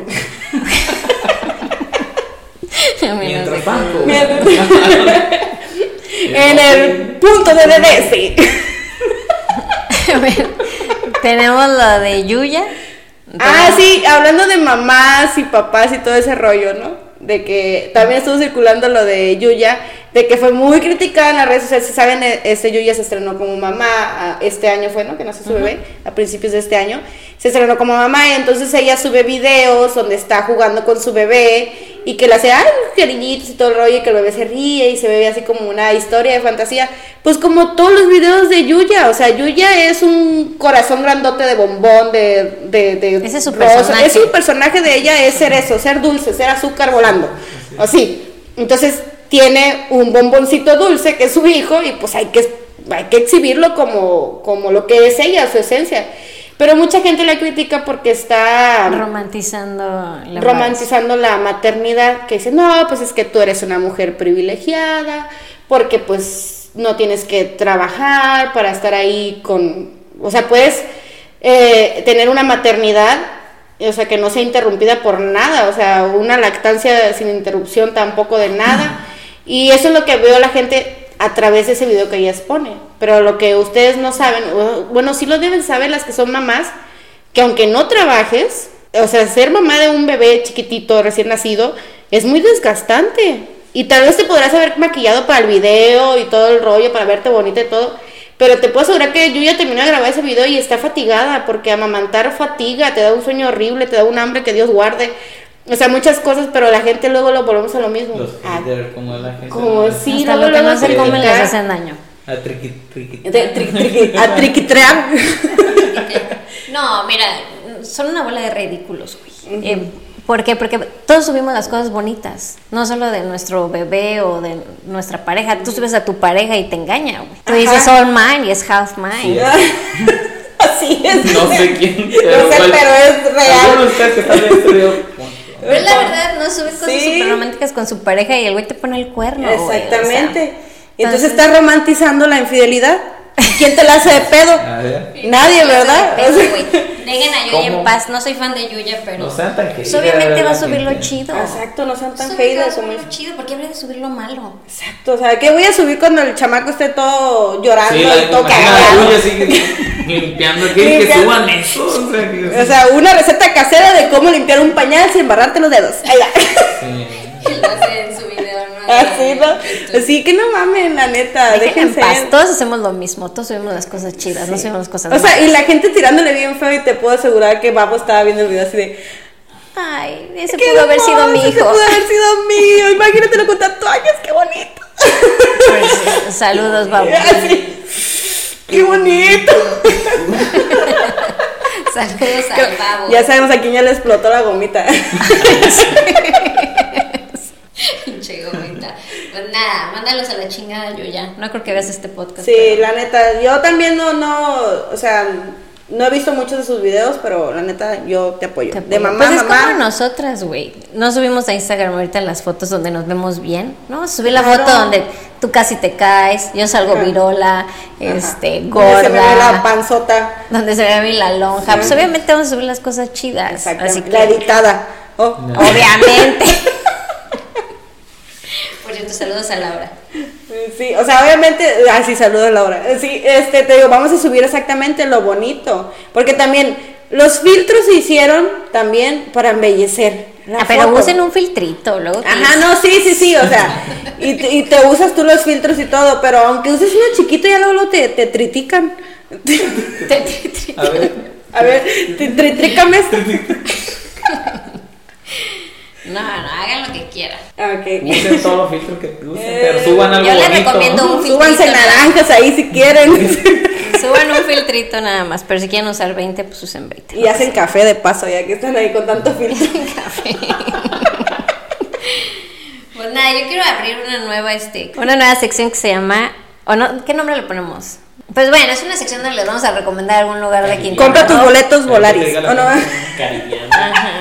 Speaker 1: menos
Speaker 3: Mientras
Speaker 1: de-
Speaker 3: tanto...
Speaker 2: en el punto de DDS.
Speaker 1: Tenemos lo de Yuya.
Speaker 2: Ah, sí, hablando de mamás y papás y todo ese rollo, ¿no? De que también estuvo circulando lo de Yuya, de que fue muy criticada en las redes sociales. Si saben, eh, este Yuya se estrenó como mamá, ah, este año fue, ¿no? Que nació su bebé, a principios de este año. Se estrenó como mamá y entonces ella sube videos donde está jugando con su bebé y que le hace, ay, cariñitos y todo el rollo y que el bebé se ríe y se ve así como una historia de fantasía. Pues como todos los videos de Yuya, o sea, Yuya es un corazón grandote de bombón, de... de, de
Speaker 1: Ese es su
Speaker 2: rosa.
Speaker 1: personaje.
Speaker 2: Es su personaje de ella es ser eso, ser dulce, ser azúcar volando. Así. Entonces tiene un bomboncito dulce que es su hijo y pues hay que, hay que exhibirlo como, como lo que es ella, su esencia. Pero mucha gente la critica porque está
Speaker 1: Romantizando la
Speaker 2: romantizando la maternidad, que dice, no, pues es que tú eres una mujer privilegiada, porque pues no tienes que trabajar para estar ahí con, o sea, puedes eh, tener una maternidad, o sea, que no sea interrumpida por nada, o sea, una lactancia sin interrupción tampoco de nada, y eso es lo que veo la gente a través de ese video que ella expone, pero lo que ustedes no saben, o- bueno, sí lo deben saber las que son mamás, que aunque no trabajes,
Speaker 6: o sea, ser mamá de un bebé chiquitito, recién nacido, es muy desgastante. Y tal vez te podrás haber maquillado para el video y todo el rollo, para verte bonita y todo. Pero te puedo asegurar que yo ya terminé de grabar ese video y está fatigada, porque amamantar fatiga, te da un sueño horrible, te da un hambre que Dios guarde. O sea, muchas cosas, pero la gente luego lo volvemos a lo mismo. Ah,
Speaker 3: Los
Speaker 6: A-
Speaker 3: haters, como la gente.
Speaker 6: como sí,
Speaker 1: Hasta
Speaker 6: luego
Speaker 1: lo que
Speaker 6: luego
Speaker 1: no se
Speaker 6: se
Speaker 1: comen les
Speaker 6: critica.
Speaker 1: hacen daño.
Speaker 3: A triqui, triqui.
Speaker 2: De tri- triqui- a triquitrear.
Speaker 1: No, mira, son una bola de ridículos, güey. Eh, ¿Por qué? Porque todos subimos las cosas bonitas, no solo de nuestro bebé o de nuestra pareja. Tú subes a tu pareja y te engaña, güey. Tú dices all mine y es half mine.
Speaker 2: Así es.
Speaker 3: No sé quién.
Speaker 2: No sé,
Speaker 3: cuál-
Speaker 2: pero es
Speaker 3: Alguno de
Speaker 2: real.
Speaker 3: ustedes que están en este video.
Speaker 1: Pero es la verdad, no subes cosas
Speaker 2: Sí.
Speaker 1: súper románticas con su pareja y el güey te pone el cuerno. güey, o sea.
Speaker 2: Exactamente.
Speaker 1: entonces-
Speaker 2: Entonces estás romantizando la infidelidad. ¿Quién te la hace de pedo?
Speaker 3: A ver.
Speaker 2: Nadie, ¿verdad?
Speaker 1: Pero, güey, Dejen a Yuya en
Speaker 3: ¿Cómo?
Speaker 1: paz, no soy fan de Yuya, pero
Speaker 3: No sean tan
Speaker 1: pues,
Speaker 3: queridas.
Speaker 1: obviamente va a
Speaker 3: la
Speaker 1: subir lo
Speaker 3: gente.
Speaker 1: chido.
Speaker 2: Exacto, no sean tan
Speaker 1: Sube que va a
Speaker 2: haters.
Speaker 1: subir
Speaker 2: como-
Speaker 1: lo chido, ¿por qué habría de subir lo malo?
Speaker 2: Exacto, o sea, ¿qué voy a subir cuando el chamaco esté todo llorando
Speaker 3: Sí, la
Speaker 2: y todo
Speaker 3: imagina
Speaker 2: cagado?
Speaker 3: la Yuya sigue limpiando aquí. Que
Speaker 2: Limpiando.
Speaker 3: suban eso. O sea, que-
Speaker 2: O sea, una receta casera de cómo limpiar un pañal sin barrarte los dedos. Ahí va.
Speaker 3: Sí.
Speaker 7: Y lo hace en su video, ¿no?
Speaker 2: Así, ¿no? Así que no mamen, la neta,
Speaker 1: Dejen en
Speaker 2: déjense.
Speaker 1: paz, todos hacemos lo mismo, todos subimos las cosas chidas, no subimos las cosas
Speaker 2: O sea,
Speaker 1: malas.
Speaker 2: y la gente tirándole bien feo y te puedo asegurar que Babo estaba viendo el video así de...
Speaker 1: Ay, ese
Speaker 2: "Qué
Speaker 1: pudo haber sido
Speaker 2: hermoso,
Speaker 1: mi
Speaker 2: ese
Speaker 1: hijo.
Speaker 2: pudo haber sido mío, imagínatelo con tatuajes, qué bonito.
Speaker 1: Saludos, babu.
Speaker 2: Así, qué bonito.
Speaker 7: Saludos al babo.
Speaker 2: Ya sabemos a quién ya le explotó la gomita.
Speaker 7: Pinche gomita. Pues nada, mándalos a la chingada yo ya.
Speaker 1: No creo que veas este podcast.
Speaker 2: Sí, la neta, yo también no, no, o sea, no he visto muchos de sus videos, pero la neta, yo te apoyo.
Speaker 1: Te
Speaker 2: De
Speaker 1: apoyo.
Speaker 2: mamá,
Speaker 1: pues es
Speaker 2: mamá.
Speaker 1: como nosotras, güey. No subimos a Instagram ahorita las fotos donde nos vemos bien, ¿no? Subí la
Speaker 2: Claro.
Speaker 1: foto donde tú casi te caes, yo salgo virola, este, gorda.
Speaker 2: Se me ve la panzota.
Speaker 1: donde se ve a mí la lonja. Pues obviamente vamos a subir las cosas chidas. Así
Speaker 2: Exactamente.
Speaker 1: que,
Speaker 2: La editada. Oh.
Speaker 1: obviamente.
Speaker 7: Por cierto, saludos a Laura.
Speaker 2: Sí, o sea, obviamente, así saludos Laura. Sí, este, te digo, vamos a subir exactamente lo bonito, porque también los filtros se hicieron también para embellecer. la
Speaker 1: Ah, pero
Speaker 2: foto.
Speaker 1: usen un filtrito, luego
Speaker 2: Ajá, no, sí, sí, sí, o sea, y, te- y te usas tú los filtros y todo, pero aunque uses uno chiquito ya luego luego te, te tritican.
Speaker 3: A ver.
Speaker 2: A ver, te tritícame esto.
Speaker 7: No, no, hagan lo que quieran.
Speaker 2: Ah, Ok.
Speaker 3: Usen todos los filtros que usen,
Speaker 1: Eh,
Speaker 3: pero suban algo
Speaker 7: yo les
Speaker 3: bonito.
Speaker 7: recomiendo
Speaker 3: ¿no?
Speaker 7: un filtro.
Speaker 2: Súbanse naranjas ahí si quieren.
Speaker 1: suban un filtrito nada más. Pero si quieren usar 20, pues usen 20.
Speaker 2: Y hacen café de paso, ya que están ahí con tanto filtro.
Speaker 7: Pues nada, yo quiero abrir una nueva este.
Speaker 1: Una nueva sección que se llama. ¿o no? ¿Qué nombre le ponemos? Pues bueno, es una sección donde les vamos a recomendar algún lugar de aquí.
Speaker 2: Compra tus boletos Volaris.
Speaker 3: Que
Speaker 2: ¿o no?
Speaker 1: Ajá,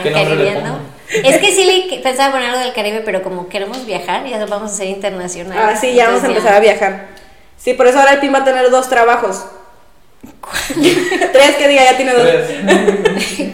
Speaker 3: no
Speaker 1: caribeando. Es que sí le que- pensaba poner algo del Caribe, pero como queremos viajar, ya lo vamos a hacer internacional.
Speaker 2: Ah, sí, ya vamos a empezar a viajar. Sí, por eso ahora el PIN va a tener dos trabajos. Tres que diga, ya tiene dos.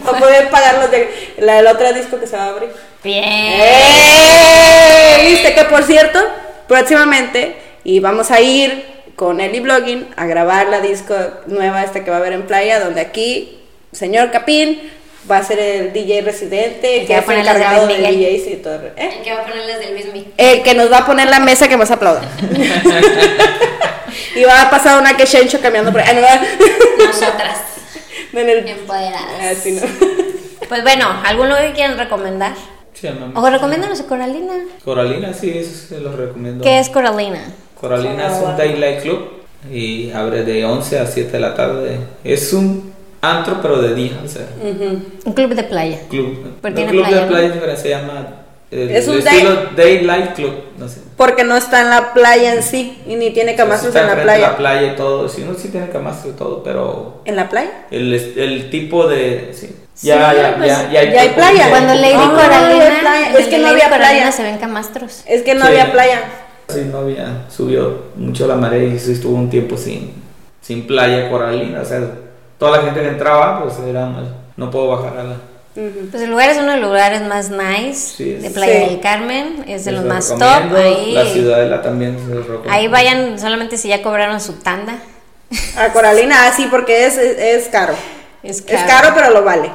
Speaker 2: O poder pagar los de, la, el otro disco que se va a abrir.
Speaker 1: Bien.
Speaker 2: ¡Eh! Viste que por cierto, próximamente y vamos a ir con Eli Blogging a grabar la disco nueva esta que va a haber en playa, donde aquí señor Capín va a ser el DJ residente,
Speaker 1: que
Speaker 2: que
Speaker 1: va a
Speaker 2: es
Speaker 1: poner las de
Speaker 2: encargado de
Speaker 1: Luis Miguel.
Speaker 2: DJs y todo. ¿eh?
Speaker 7: El que va a poner las del Luismi.
Speaker 2: El Eh, que nos va a poner la mesa que más aplauda. y va a pasar una que Shencho caminando por ahí. Ah, no, va-
Speaker 7: Nosotras,
Speaker 2: en el-
Speaker 7: empoderadas.
Speaker 2: Ah, sí, no.
Speaker 1: Pues bueno, ¿algún lugar que quieran recomendar?
Speaker 3: Sí, no.
Speaker 1: O recomiéndanos a Coralina.
Speaker 3: Coralina, sí, eso se los recomiendo.
Speaker 1: ¿Qué es Coralina?
Speaker 3: Coralina es un daylight club y abre de 11 a 7 de la tarde. Es un antro, pero de día, o sea,
Speaker 1: Un club de playa.
Speaker 3: club.
Speaker 1: Pero
Speaker 3: No,
Speaker 1: tiene
Speaker 3: club
Speaker 1: playa,
Speaker 3: de
Speaker 1: ¿no?
Speaker 3: playa, pero se llama. eh,
Speaker 2: Es
Speaker 3: de
Speaker 2: un
Speaker 3: estilo daylight club, no sé.
Speaker 2: Porque no está en la playa en sí y ni tiene camastros
Speaker 3: Está
Speaker 2: en la
Speaker 3: enfrente de
Speaker 2: playa.
Speaker 3: la playa y todo. Sí, no, sí tiene camastro y todo, pero
Speaker 2: ¿En la playa?
Speaker 3: el, el tipo de. Sí.
Speaker 1: Sí,
Speaker 3: Ya, ya,
Speaker 1: pues,
Speaker 3: ya,
Speaker 2: ya hay playa.
Speaker 1: Cuando Lady
Speaker 2: Ah, no había
Speaker 1: Coralina,
Speaker 2: playa. Es
Speaker 1: donde
Speaker 2: que no
Speaker 1: Lady
Speaker 2: había
Speaker 1: Coralina
Speaker 2: playa.
Speaker 1: se ven camastros.
Speaker 2: Es que no
Speaker 3: Sí.
Speaker 2: había playa.
Speaker 3: Sí, no había, subió mucho la marea y sí estuvo un tiempo sin, sin playa coralina, o sea, toda la gente que entraba, pues era más, no puedo bajar a la...
Speaker 1: Pues el lugar es uno de los lugares más nice
Speaker 3: Sí, es-
Speaker 1: de Playa
Speaker 2: Sí.
Speaker 1: del Carmen, es de
Speaker 3: Les
Speaker 1: los más top.
Speaker 3: recomiendo,
Speaker 1: Ahí,
Speaker 3: La ciudadela también se los recomiendo.
Speaker 1: ahí vayan solamente si ya cobraron su tanda.
Speaker 2: A Coralina, ah, sí, porque es, es, es caro.
Speaker 1: Es
Speaker 2: Es caro, pero lo vale.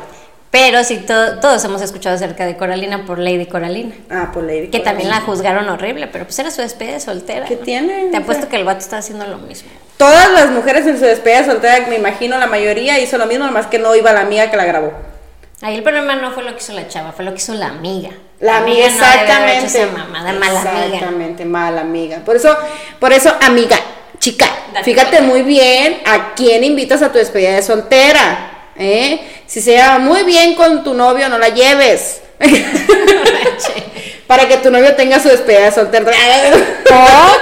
Speaker 1: Pero sí, to- todos hemos escuchado acerca de Coralina por Lady Coralina.
Speaker 8: Ah,
Speaker 2: pues
Speaker 8: por Lady
Speaker 1: Que también la
Speaker 8: Coralina.
Speaker 1: juzgaron horrible, pero pues era su despedida de soltera.
Speaker 8: ¿Qué
Speaker 1: ¿no?
Speaker 8: tiene?
Speaker 1: Te
Speaker 8: O
Speaker 1: apuesto
Speaker 8: sea-
Speaker 1: que el vato está haciendo lo mismo.
Speaker 8: Todas las mujeres en su despedida soltera, me imagino la mayoría hizo lo mismo, nomás que no iba la amiga que la grabó.
Speaker 1: Ahí el problema no fue lo que hizo la chava, fue lo que hizo la amiga.
Speaker 2: La amiga,
Speaker 1: no debe haber hecho
Speaker 2: exactamente.
Speaker 1: esa mamada, mala amiga.
Speaker 2: Exactamente, mala amiga. Por eso, por eso, amiga, chica,
Speaker 1: Date
Speaker 2: fíjate
Speaker 1: cuenta.
Speaker 2: muy bien a quién invitas a tu despedida de soltera. ¿eh? Si se lleva muy bien con tu novio, no la lleves. Para que tu novio tenga su despedida de soltera.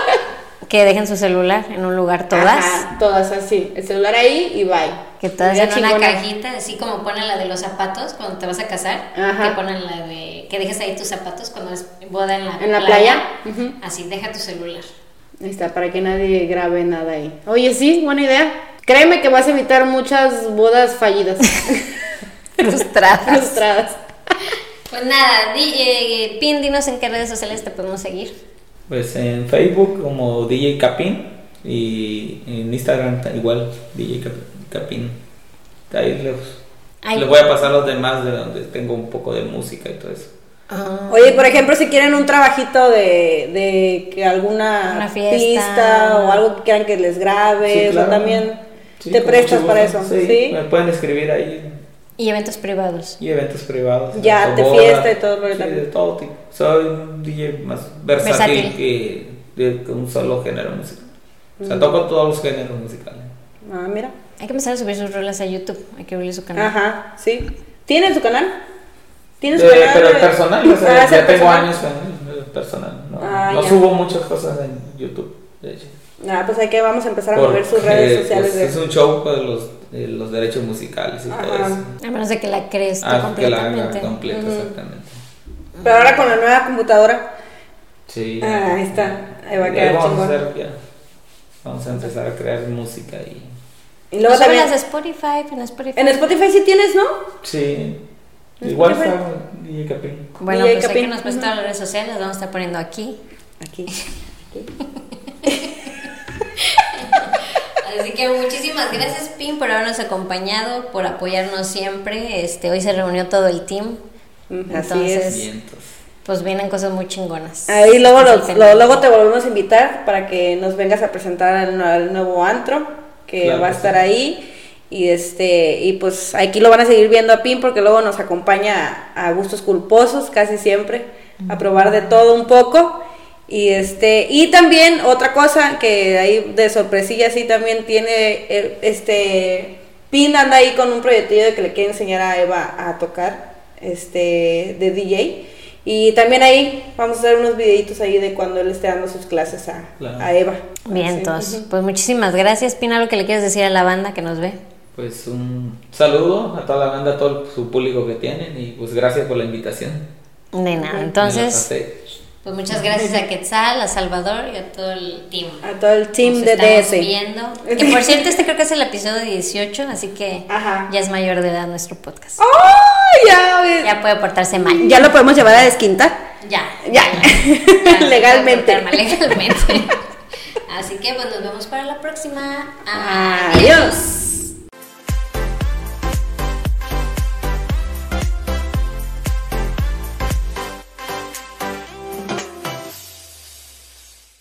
Speaker 1: O que dejen su celular en un lugar todas.
Speaker 2: Ajá, todas así. El celular ahí y bye.
Speaker 1: Que todas
Speaker 2: Ya
Speaker 1: en una
Speaker 2: chingona.
Speaker 1: cajita, así como ponen la de los zapatos cuando te vas a casar,
Speaker 2: Ajá.
Speaker 1: que ponen la de que dejes ahí tus zapatos cuando es boda en la,
Speaker 2: En la playa, ujú.
Speaker 1: Así, deja tu celular.
Speaker 2: Ahí está, para que nadie grabe nada ahí. Oye, sí, buena idea. Créeme que vas a evitar muchas bodas fallidas,
Speaker 1: Frustradas.
Speaker 2: frustradas.
Speaker 1: pues nada, di- eh, Pin, dinos en qué redes sociales te podemos seguir.
Speaker 3: Pues en Facebook como DJ Capín y en Instagram ta- igual DJ Cap- Capín. Ahí los-
Speaker 1: Ay.
Speaker 3: les voy a pasar los demás de donde tengo un poco de música y todo eso.
Speaker 2: Ah.
Speaker 8: Oye, por ejemplo, si quieren un trabajito de, de que alguna
Speaker 1: Una fiesta.
Speaker 8: pista o algo que quieran que les grabes,
Speaker 3: Sí, claro.
Speaker 8: o también
Speaker 3: Sí,
Speaker 8: te
Speaker 3: con
Speaker 8: prestas
Speaker 3: mucho
Speaker 8: para
Speaker 3: gusto.
Speaker 8: eso, ¿sí?
Speaker 3: Me pueden escribir ahí
Speaker 1: Y eventos privados.
Speaker 3: y eventos privados.
Speaker 8: Ya,
Speaker 3: tanto
Speaker 8: de fiesta y todo lo que
Speaker 3: sí,
Speaker 8: también.
Speaker 3: de todo tipo. Soy un DJ más versátil,
Speaker 1: Versátil.
Speaker 3: que de que un solo género musical. O
Speaker 8: Mm.
Speaker 3: sea, toco todos los géneros musicales.
Speaker 8: Ah, mira.
Speaker 1: Hay que empezar a subir sus rolas a YouTube. Hay que abrir su canal.
Speaker 8: Ajá, sí. ¿Tienen su canal? ¿Tienen
Speaker 3: De- Eh, pero el
Speaker 8: de-
Speaker 3: personal, o sea,
Speaker 8: Ah, es
Speaker 3: ya
Speaker 8: el
Speaker 3: tengo
Speaker 8: personal.
Speaker 3: años con el personal. No,
Speaker 8: Ah,
Speaker 3: No
Speaker 8: ya.
Speaker 3: subo muchas cosas en YouTube, de hecho.
Speaker 8: Ah, pues hay que vamos a empezar a mover sus
Speaker 3: Porque,
Speaker 8: redes sociales.
Speaker 3: pues, es
Speaker 8: de...
Speaker 3: un show con los, de los derechos musicales y todo
Speaker 8: Ajá.
Speaker 3: eso.
Speaker 1: A menos de que la crees tú
Speaker 3: Ah, que la haga
Speaker 1: completamente.
Speaker 3: completa, exactamente.
Speaker 8: Pero ahora con la nueva computadora.
Speaker 3: Sí.
Speaker 8: Ah, ahí está. Ahí va a
Speaker 3: Y
Speaker 8: quedar
Speaker 3: vamos
Speaker 8: chingón.
Speaker 3: a hacer ya. Vamos a empezar a crear música y.
Speaker 8: Y luego
Speaker 1: Sube
Speaker 8: también.
Speaker 1: Pues las de Spotify, en Spotify.
Speaker 8: En Spotify sí tienes, ¿no?
Speaker 3: Sí. Igual
Speaker 8: Spotify.
Speaker 3: está DJ Capín.
Speaker 1: Bueno, pues
Speaker 8: DJ
Speaker 1: hay que
Speaker 8: Capín.
Speaker 1: nos puedes todas las redes sociales, las vamos a estar poniendo aquí.
Speaker 8: Aquí.
Speaker 1: Así que muchísimas gracias, Pin, por habernos acompañado, por apoyarnos siempre. Este, hoy se reunió todo el team.
Speaker 8: Ujú, así
Speaker 1: Entonces,
Speaker 3: Vientos.
Speaker 1: pues vienen cosas muy chingonas.
Speaker 8: Ahí luego,
Speaker 1: Así
Speaker 8: los-
Speaker 1: que
Speaker 8: lo-
Speaker 1: no.
Speaker 8: luego te volvemos a invitar para que nos vengas a presentar al, al nuevo antro que
Speaker 3: Claro
Speaker 8: va a
Speaker 3: que
Speaker 8: estar
Speaker 3: sí.
Speaker 8: ahí. Y este y pues aquí lo van a seguir viendo a Pin porque luego nos acompaña a, a gustos culposos casi siempre, a probar de todo un poco. Y este y también otra cosa que ahí de sorpresilla sí también tiene eh, este Pin anda ahí con un proyectillo de que le quiere enseñar a Eva a tocar este de DJ. Y también ahí vamos a hacer unos videitos ahí de cuando él esté dando sus clases a,
Speaker 3: Claro.
Speaker 8: a Eva.
Speaker 1: Bien,
Speaker 8: Así.
Speaker 1: entonces, pues muchísimas gracias, Pin. ¿Algo que le quieres decir a la banda que nos ve?
Speaker 3: Pues un saludo a toda la banda, a todo su público que tienen y pues gracias por la invitación.
Speaker 1: De nada.
Speaker 3: Me la
Speaker 1: Entonces,
Speaker 3: pasé
Speaker 1: pues muchas gracias a Quetzal, a Salvador y a todo el team.
Speaker 8: A todo el team
Speaker 1: Nos
Speaker 8: de
Speaker 1: estamos
Speaker 8: DS.
Speaker 1: viendo. Que por cierto, este creo que es el episodio 18, así que
Speaker 8: Ajá.
Speaker 1: ya es mayor de edad nuestro podcast.
Speaker 8: ¡Oh! Ya, eh,
Speaker 1: Ya puede portarse mal.
Speaker 8: ya lo podemos llevar a desquintar.
Speaker 1: Ya.
Speaker 8: Ya.
Speaker 1: se puede
Speaker 8: Legalmente.
Speaker 1: portar mal, legalmente. Así que pues nos vemos para la próxima.
Speaker 8: Adiós.